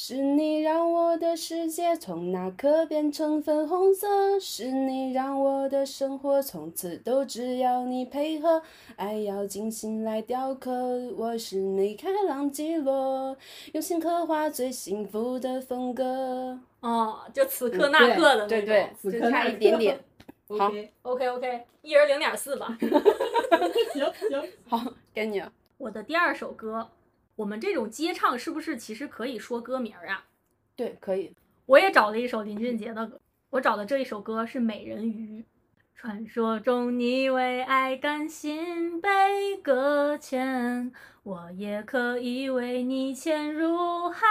S2: 是你让我的世界从那刻变成粉红色，是你让我的生活从此都只要你配合，爱要精心来雕刻。我是米开朗基罗，用心刻画最幸福的风格。
S5: 哦，就此刻那刻的那种。
S2: 对对，
S4: 此
S2: 就
S4: 刻
S2: 差
S4: 那
S2: 一点
S4: 刻
S2: 点。好
S4: OK，
S5: OK OK，一人零点四吧。
S4: 行行，
S2: 好，该你了。
S3: 我的第二首歌，我们这种接唱是不是其实可以说歌名儿啊？
S2: 对，可以。
S3: 我也找了一首林俊杰的歌，我找的这一首歌是《美人鱼》。传说中你为爱甘心被搁浅，我也可以为你潜入海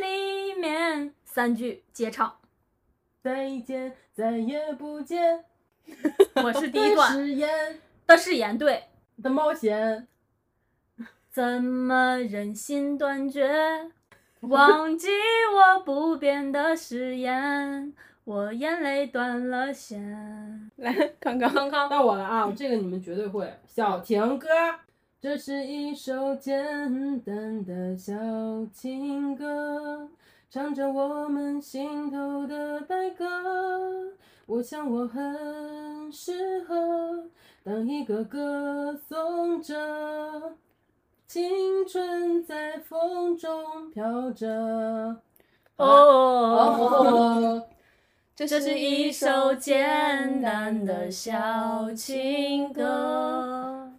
S3: 里面。三句接唱，
S4: 再见，再也不见。
S3: 我是第一
S4: (laughs)
S3: 段
S4: 誓言
S3: 的誓言，对。
S4: 的冒险，
S3: 怎么忍心断绝？ (laughs) 忘记我不变的誓言，我眼泪断了线。
S2: 来，康康，
S5: 刚刚
S4: 到我了啊！这个你们绝对会。小情歌，这是一首简单的小情歌，唱着我们心头的白鸽。我想我很适合当一个歌颂者，青春在风中飘着。
S3: 哦，
S4: 哦。
S2: 这
S3: 这是一首简单的小情歌，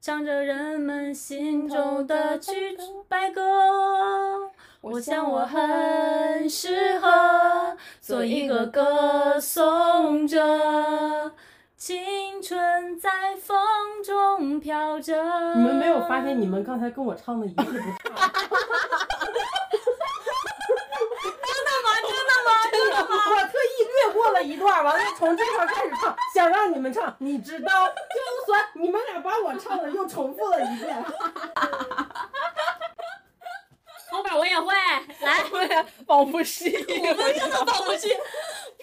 S3: 唱着人们心中的曲白鸽。我想我很适合做一个歌颂者，青春在风中飘着。
S4: 你们没有发现你们刚才跟我唱的一字不差？真的吗？真的吗？真的吗？我特意略过了一段，完了从这块开始唱，想让你们唱。你知道，就算你们俩把我唱的又重复了一 (laughs) 遍。
S5: 后边我也会来，
S2: 仿佛是
S5: 我们真的放不去，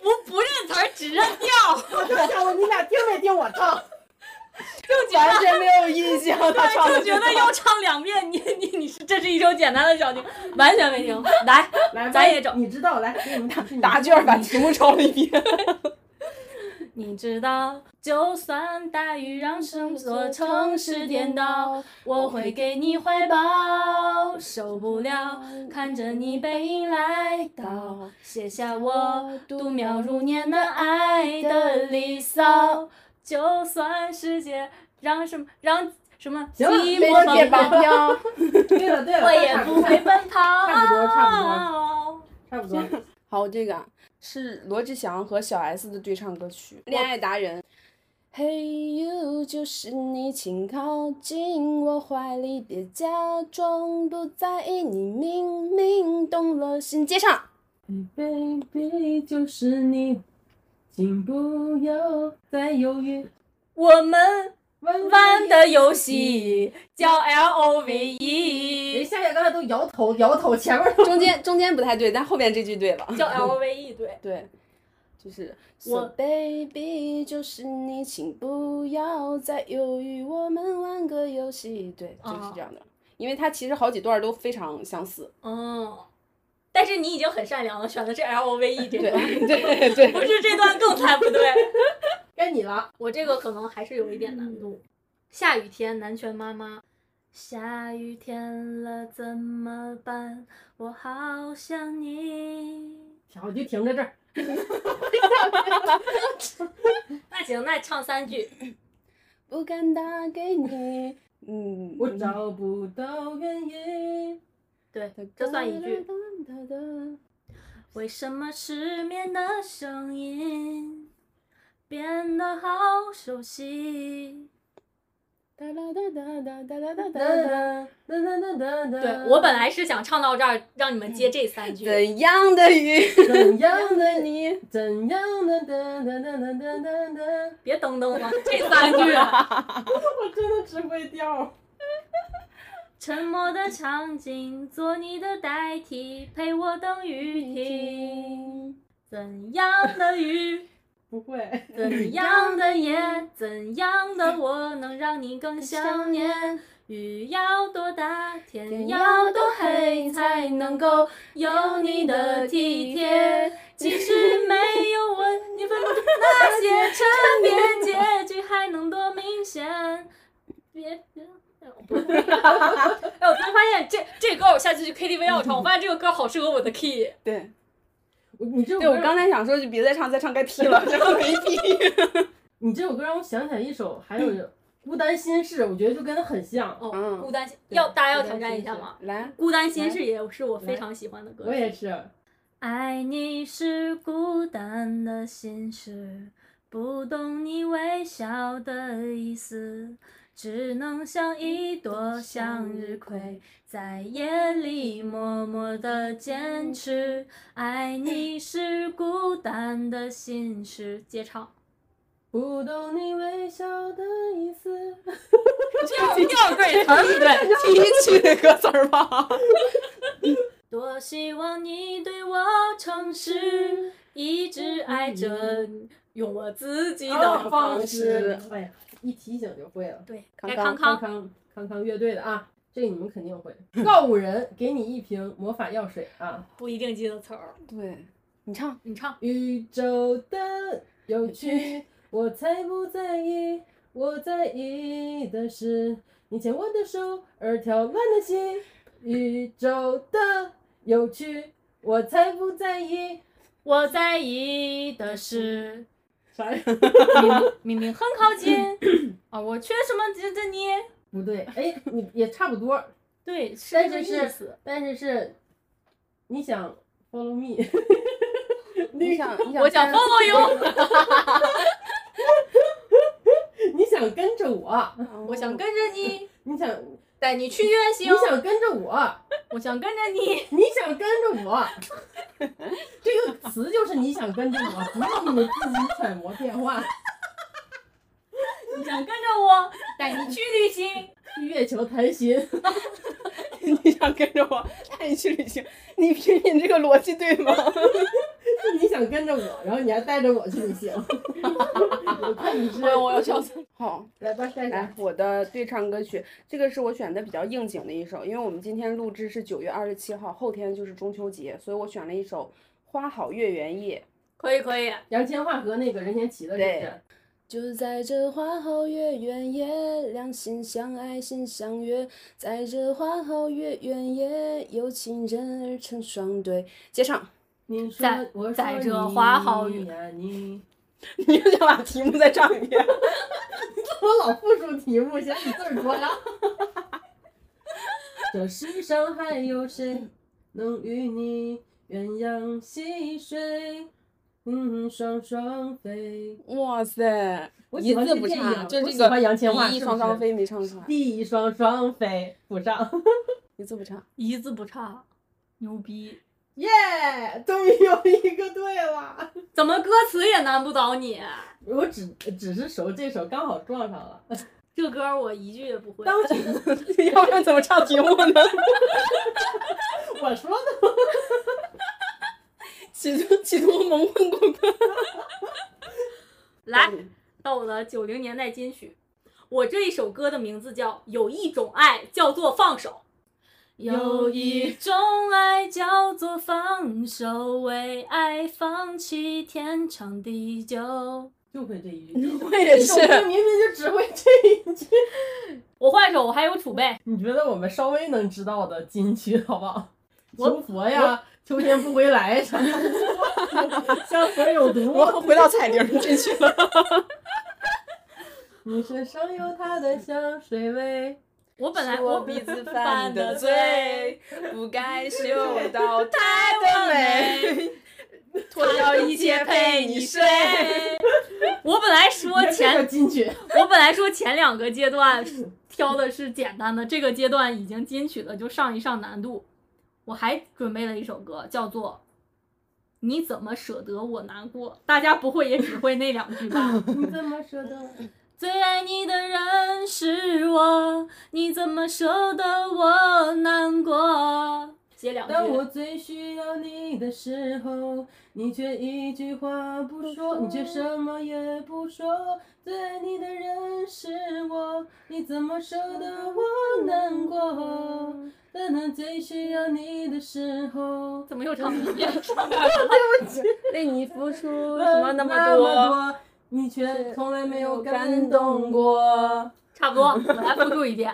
S5: 不不认词儿，只认调，
S3: (laughs)
S4: 我就想问你俩听没听我唱？
S5: 就觉
S2: 完
S5: 得。
S2: 全没有印象，他唱的
S5: (laughs) 就觉得要唱两遍，你你你是这是一首简单的小情，完全没听。来，
S4: 来，
S5: 咱也整
S4: 你知道，来给你们打
S2: 答卷儿把题目抄了一遍。
S3: 你知道，就算大雨让整座城市颠倒，我会给你怀抱。受不了，看着你背影来到，写下我度秒如年的爱的离骚。就算世界让什么让什么
S4: 行了
S3: 寂
S4: 没
S3: 寞
S4: 事别
S3: 放
S4: 拔
S5: (laughs)
S3: 飞，
S2: 飘，
S4: 对了对了，
S3: 我也不会奔
S4: 差不多差不
S3: 逃
S4: 多。差不多。
S2: 好，这个啊是罗志祥和小 S 的对唱歌曲《 (laughs) 恋爱达人》。Hey you，就是你，请靠近我怀里，别假装不在意，你明明动了心。接上，
S4: baby，就是你，请不要再犹豫。
S3: 我们
S4: 弯
S3: 玩的游戏叫 L O V E，
S4: 夏夏刚才都摇头摇头，前面都
S2: 中间中间不太对，但后面这句对了。
S3: 叫 L O V E，对。
S2: 对，就是
S3: 我
S2: So baby，就是你，请不要再犹豫，我们玩个游戏。对，就是这样的，因为它其实好几段都非常相
S3: (laughs)
S2: 似。
S3: 哦，但是你已经很善良了，选的是 L O (laughs) V E 这
S2: 对 (laughs)
S3: 段，
S2: 对对
S3: 不是这段更才不 (laughs) 对。
S4: 该你了。
S3: 我这个可能还是有一点难度。下雨天，南拳妈妈，
S5: 下雨天了怎么办？我好想你。
S4: 行，我就停在这儿。
S3: 那行，那唱三句。
S2: 不敢打给你，嗯，
S4: 我找不到原因，
S3: 对，
S2: 嗯
S3: 这算一 (laughs) 句。。
S5: 为什么失眠的声音变得好熟悉？
S2: 哒啦哒哒哒哒哒哒
S4: 哒
S2: 哒哒。 (laughs)
S4: 哒哒哒哒哒。
S3: 对我本来是想唱到这儿，让你们接这三句。
S2: 怎样的雨，
S4: 怎样的你，
S2: 你
S4: 怎样的哒哒哒哒哒哒哒。
S3: 别噔噔了，这三句啊，
S4: 我真的只会调。
S5: 沉默的场景，做你的代替，陪我等雨停。怎样的雨，
S4: 不会，
S5: 怎样的夜，怎样的我，能让你更想念？雨要多大，天要多黑，才能够有你的体贴。即使没有我，你分不出那些缠绵，结局还能多明显？别别，我不会
S3: 哎，我突然发现这这歌我下次去 K T V 要唱，我发现这个歌好适合我的 key。
S2: 对
S4: (laughs) 我你这首
S2: 对，我
S4: 歌
S2: 刚才想说就别再唱，再唱该劈了，这个没劈。
S4: 你这首歌让我想起来一首，还有《孤单心事》，我觉得就跟它很像。
S3: 哦，
S2: (laughs) 嗯
S3: 孤单心
S4: 对
S3: 要大家要
S4: 孤
S3: 挑
S4: 单
S3: 战一
S4: 心
S3: 下
S4: 事
S3: 吗？
S2: 来，
S3: 孤单心事也是我非常喜欢的歌。
S4: 我也是，
S5: 爱你是孤单的心事，不懂你微笑的意思，只能像一朵向日葵，在夜里默默的坚持。爱你是孤单的心事，
S3: 接唱。
S4: 不懂你微笑的意思。
S3: (laughs) 这调歌也词儿不
S2: 第
S3: 对。
S2: 一句的歌词儿吧。
S5: 多希望你对我诚实，一直爱着你，
S3: 用我自己
S4: 的
S3: 的方
S2: 式
S3: 式。
S4: 哎呀，一提醒就会了。
S3: 对，
S2: 康
S3: 该
S2: 康
S3: 康康。
S4: 康康康康乐队的啊，这个你们肯
S3: (laughs)
S4: 定会。告五人给你一瓶魔法药水啊！
S3: 不一定记得词儿，
S2: 对，你 (laughs) 唱。
S3: 你 (laughs) 唱。
S4: 宇宙的有趣，我才不在意，我在意的是你牵我的手而跳乱的心。宇宙的有趣，我才不在意。
S5: 我在意的是。
S4: 啥呀？
S3: 明明很靠近啊，我缺什么值得你？
S4: 不对，哎，你也差不多，
S3: 对，是
S4: 但
S3: 这个
S4: 是
S3: 意
S4: 是
S3: 思。
S4: 但是是，你想 follow me， (laughs)
S2: 你想，你
S3: 我想
S2: 看
S3: (laughs) follow you，
S4: 你想跟着我，
S2: 嗯
S3: 我想跟着你，
S4: (laughs) 你想
S3: 带你去远
S4: 你
S3: 行。
S4: 想跟着我，
S3: 我想跟着你，
S4: 你想跟着我，这个词就是你想跟着我，不是你们自己揣摩变换。
S3: 你想跟着我，带你去旅行。
S4: 去月球谈心，
S2: 你想跟着我带你去旅行，你品品这个逻辑对吗？ (laughs)
S4: 是你想跟着我，然后你还带着我去旅行。我看你是，
S2: 我要笑死。好，
S4: 来吧，下一
S2: 来
S4: 个。
S2: 我的对唱歌曲，这个是我选的比较应景的一首，因为我们今天录制是九月二十七号，后天就是中秋节，所以我选了一首《花好月圆夜》。
S3: 可以可以，
S4: 杨千嬅和那个任贤齐的，
S2: 对
S4: 这
S2: 就
S4: 是
S2: 在这花好月圆夜，两心相爱心相悦，在这花好月圆夜，有情人儿成双对。接上， (laughs)
S4: 你说
S3: 在
S4: 我说
S3: 在这
S4: 你
S3: 花好
S4: 呀，你
S2: 你又想把题目再唱一遍？
S4: 我老复述题目，嫌你字儿多呀。 (laughs) 这世上还有谁能与你鸳鸯戏水，嗯，双双飞。
S2: 哇塞，
S4: 我
S2: 一
S4: 喜欢
S2: 字
S4: 这
S2: 不
S4: 电影
S2: 差，就
S4: 我
S2: 这啊
S4: 喜
S2: 个
S4: 欢杨千嬅
S2: 一
S4: 是不
S2: 双双
S4: 是
S2: 飞没唱出来，
S4: 第一双双飞不上，
S2: 一字不差。
S3: 一字不差，牛逼！
S4: 耶、终于有一个对了。
S3: 怎么歌词也难不倒你？啊
S4: 我只只是熟这首，刚好撞上了。
S3: 这歌我一句也不会。
S4: 当局，
S2: 要不然怎么唱题目呢？
S4: 我说的，
S2: (laughs) 企图企图蒙混过关。
S3: 来，到我的九零年代金曲，我这一首歌的名字叫《有一种爱叫做放手》。有一种爱叫做放手，为爱放弃天长地久。
S4: 就会这一句。
S2: 我也
S4: 这首歌明明就只会这一句。
S3: 我换一首，我还有储备。
S4: 你觉得我们稍微能知道的金曲好不好？
S3: 我
S4: 求佛呀，求仙不回来啥的，
S3: (laughs)
S4: 香河有
S2: (laughs)
S4: 毒。
S2: 我回到彩铃这去了。
S4: 你身上有它的香水味。
S3: 我本来
S2: 是
S3: 我
S2: 我鼻子
S3: 犯
S2: 犯
S3: 的
S2: 的
S3: 罪
S2: 罪，不该嗅到她的美， (laughs) 脱掉一切陪你睡。
S3: (laughs) 我本来说
S4: 这个
S3: 前，
S4: 金曲，
S3: 我本来说前两个阶段挑的是简单的，这个阶段已经金曲了，就上一上难度。我还准备了一首歌，叫做《你怎么舍得我难过》，大家不会也只会那两
S2: (laughs)
S3: 句吧？
S4: 你怎么舍得？
S3: (laughs) 最爱你的人是我，你怎么舍得我难过？写两句。
S4: 当我最需要你的时候，你却一句话不说，你却什么也不说。最爱你的人是我，你怎么舍得我难过？当我最需要你的时候，
S3: 怎么又唱了一遍？
S2: 为你付出
S4: 什
S2: 什
S4: 么
S2: 么那
S4: 那么
S2: 么多？
S4: 多，你却从来没有感动过。
S3: 差不多，我来复述一遍。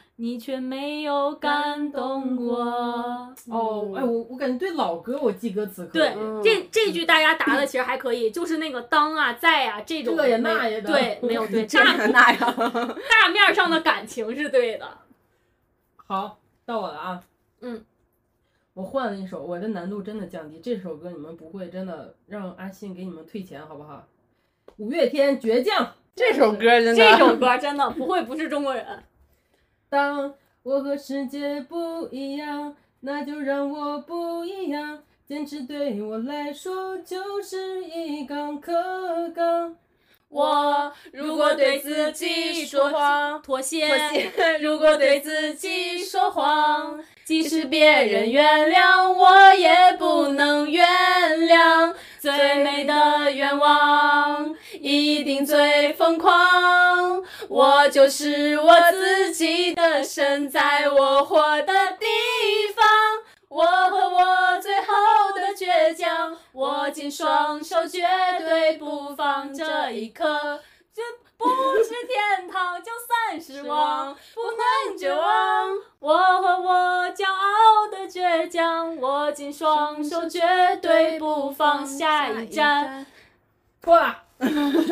S3: 你却没有感动过。
S4: 哦，哎，我我感觉对老歌我记歌词可以
S3: 对，
S2: 嗯
S3: 这这句大家答的其实还可以，就是那个当啊、在啊这种
S4: 这也
S3: 没
S4: 那也的
S3: 对，没 (laughs) 有对
S2: 这
S3: 大
S2: 样那样。
S3: 大面上的感情是对 (laughs) 的。
S4: 好，到我了啊。
S3: 嗯，
S4: 我换了一首，我的难度真的降低。这首歌你们不会，真的让阿信给你们退钱好不好？五月天《倔强》。
S2: (laughs) 这首歌真
S3: 这
S2: 的，
S3: 首歌真的不会不是中国人，
S4: 当我和世界不一样，那就让我不一样。坚持对我来说就是一杠可杠。
S3: (laughs) 我如果对自己说
S2: 谎，
S3: 妥协，
S2: 如
S3: 如果对自己说谎，即使别人原谅，我也不能原谅。最美的愿望一定最疯狂，我就是我自己的神，在我活的地方。我和我最后的倔强，握紧双手，绝对不放。这一刻，这不是天堂，就算失望，不能绝望。我和我骄傲的倔强，握紧双手，绝对不放。下一站，，
S4: 错了，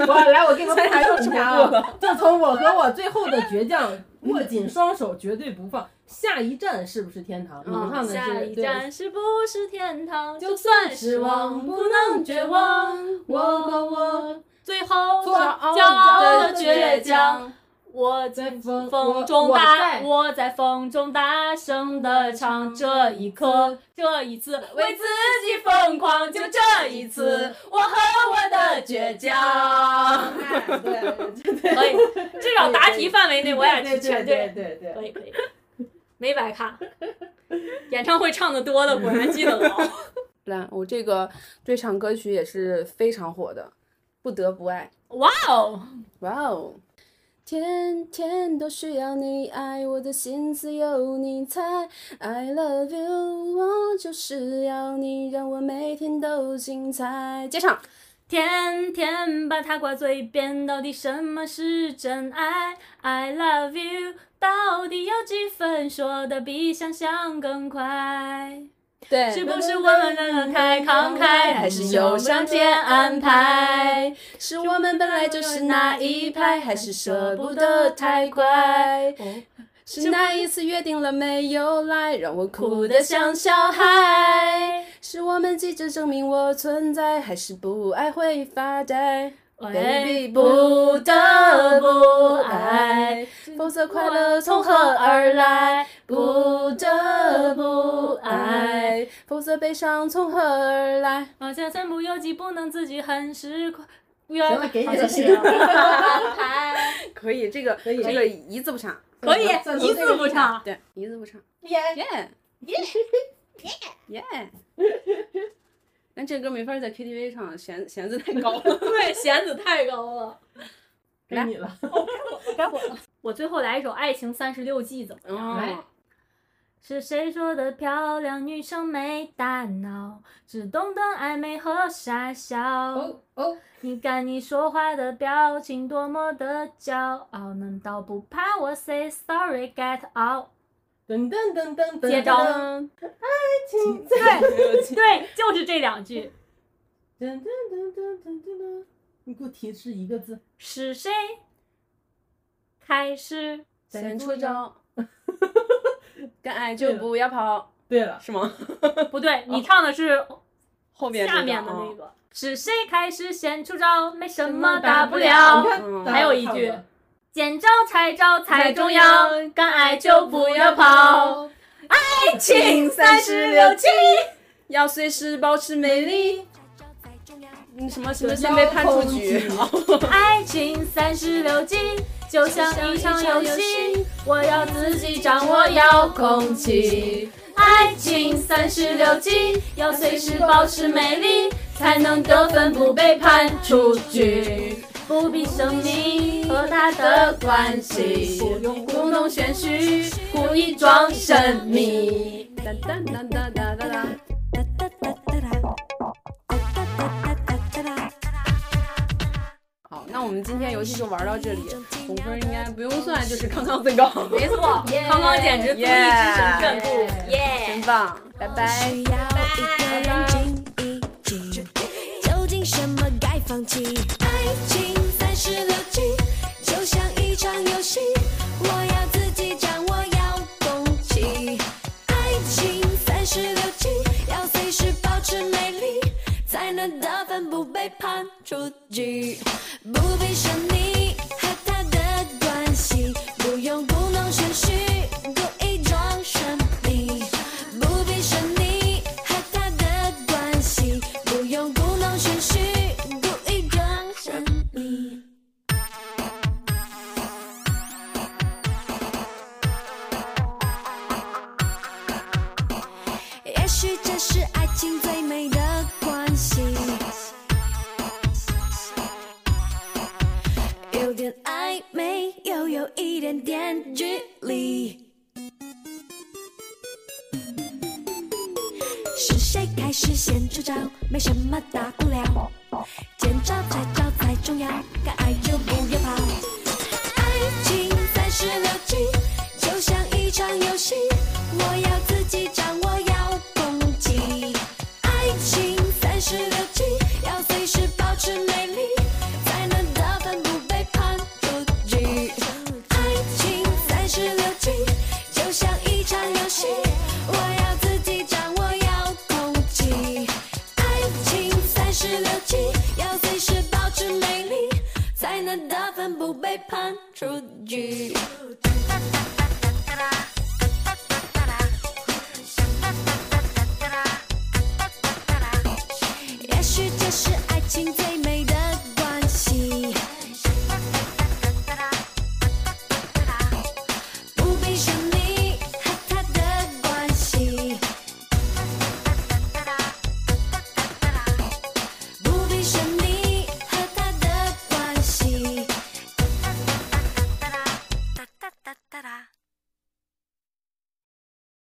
S4: 我来，我给你们
S2: 咱俩 (laughs) 又
S4: 排一下
S2: 重复
S3: (laughs)
S4: 啊。自从我和我最后的倔强，握紧双手，绝对不放。下一站是不是天堂？
S3: 啊
S4: 你们唱的
S3: 嗯下
S4: 是
S3: 一
S4: 对。
S3: 站是不是天堂？
S4: 就
S3: 就
S4: 算
S3: 算
S4: 失
S3: 失
S4: 望
S3: 望，
S4: 不
S3: 不
S4: 能
S3: 能
S4: 绝
S3: 绝
S4: 望
S3: 望。
S4: 我
S3: 我
S4: 和
S3: 和
S4: 我
S3: 我最后
S4: 骄
S3: 骄
S4: 傲
S3: 傲
S4: 的
S3: 的
S4: 倔
S3: 倔
S4: 强
S3: 强，我
S4: 在
S3: 在
S4: 风
S3: 风中
S4: 大
S3: 大，我在风中大声的唱这一刻，这一次为自己疯狂，就这一次，我和我的倔强。
S4: 对
S3: 可以，至少答题范围内我也是全
S4: 对
S3: 对。
S4: 对对
S3: 可以可以，没白看。演唱会唱的多的，果然记得牢。
S2: 来，我这个对唱歌曲也是非常火的，《不得不爱》。
S3: (laughs) 哇哦！
S2: 哇哦！天天都需要你爱，我的心思有你猜。I love you，我就是要你让我每天都精彩。接唱。
S3: 天天把它挂嘴边，到底什么是真爱？I love you，到底有几分？说的比想象更快，
S2: 对
S3: 是不是我们的人太慷慨，还是有上天安排？
S2: 是我们本来就是那一派，还是舍不得太快？是那一次约定了没有来，让我哭
S3: 哭
S2: 得
S3: 得
S2: 像小
S3: 像小
S2: 孩。
S3: 孩。
S2: 是我们急着证明我存在，还是不爱会发呆
S3: 喂，不得不爱，
S2: 否则快
S3: 快
S2: 乐
S3: 乐
S2: 从
S3: 从
S2: 何
S3: 何
S2: 而来？
S3: 而来？不得不爱。，
S2: 否则悲伤从何而来？
S3: 好像身不由己，不能自己很是快。
S4: 行
S3: 原
S4: 了，给你
S3: 好
S4: 了，
S3: 谢谢
S4: 给你了
S9: 可以，这个
S4: 可以
S9: 这个一字不差，
S3: 可以
S4: 算
S3: 一
S4: 从这个
S3: 字不差。
S9: 对，一字不差，耶耶耶但这歌没法在 KTV 唱，弦弦子太高了。
S3: 对，弦子太 (laughs) 高了。
S4: 给你了。
S3: 该我了。我最后来一首《爱情三十六计》怎么样？
S9: 哦，
S3: 是谁说的漂亮女生没大脑，只懂得暧昧和傻笑？
S4: 哦哦，
S3: 你看你说话的表情多么的骄傲，难道不怕我 say sorry get out？
S4: 噔噔噔噔噔，
S3: 接招
S4: 爱情
S3: (laughs)
S4: 在。
S3: 对，就是嗯这两句。
S4: 噔噔噔噔噔噔噔，你给我提示一个字。
S3: 是谁开始？
S9: 先出招，敢爱就不要跑，
S4: 对了，
S9: 是吗？
S3: 不对，你唱的是
S9: 后边
S3: 哦下
S9: 这
S3: 面的
S9: 啊
S3: 那个。是谁开始先出招？没什么大
S4: 大
S3: 不
S4: 你
S3: 了，
S4: 看，
S9: 嗯
S3: 还有一句见招拆招才重要，敢爱就不要跑。。
S2: 爱情三十六计，要随时保持美丽。嗯，什么什么先被判出局， (laughs)
S3: 爱情三十六计，就像一场游戏，我要自己掌握遥控器。爱情三十六计，要随时保持美丽，才能得分不被判出局。不必生命和他的关系，不用故弄玄虚，故意装神秘。
S9: 哒哒哒哒哒哒哒。好，那我们今天游戏就玩到这里，总分应该不用算，就是康康最
S2: (laughs)
S9: 高，
S2: 没错，康康简直综艺之神正部，耶
S9: 真！棒，拜拜。
S5: 需要一个人静一静，究竟什么该放弃？爱情三十六计，就像一场游戏，我要自己掌握遥控器。爱情三十六计，要随时保持美丽，才能得分不被判出局。不必是你和他的关系，不用故弄玄虚，故意装神秘。不必是你和他的关系，不用故弄玄虚，故意装神秘。也许这是爱情最美的关系，有点暧昧，又有一点点距离。是谁开始先出招？没什么大不了，见招拆招才重要，该爱就不要跑。爱情三十六计，就像一场游戏，我要自己掌握遥控器。爱情三十六计，要随时保持美丽，才能得分不被判出局。爱情三十六计，就像一场游戏，我要自己掌握遥控器。爱情三十六计，要随时保持美丽，才能得分不被判出局。也许这是爱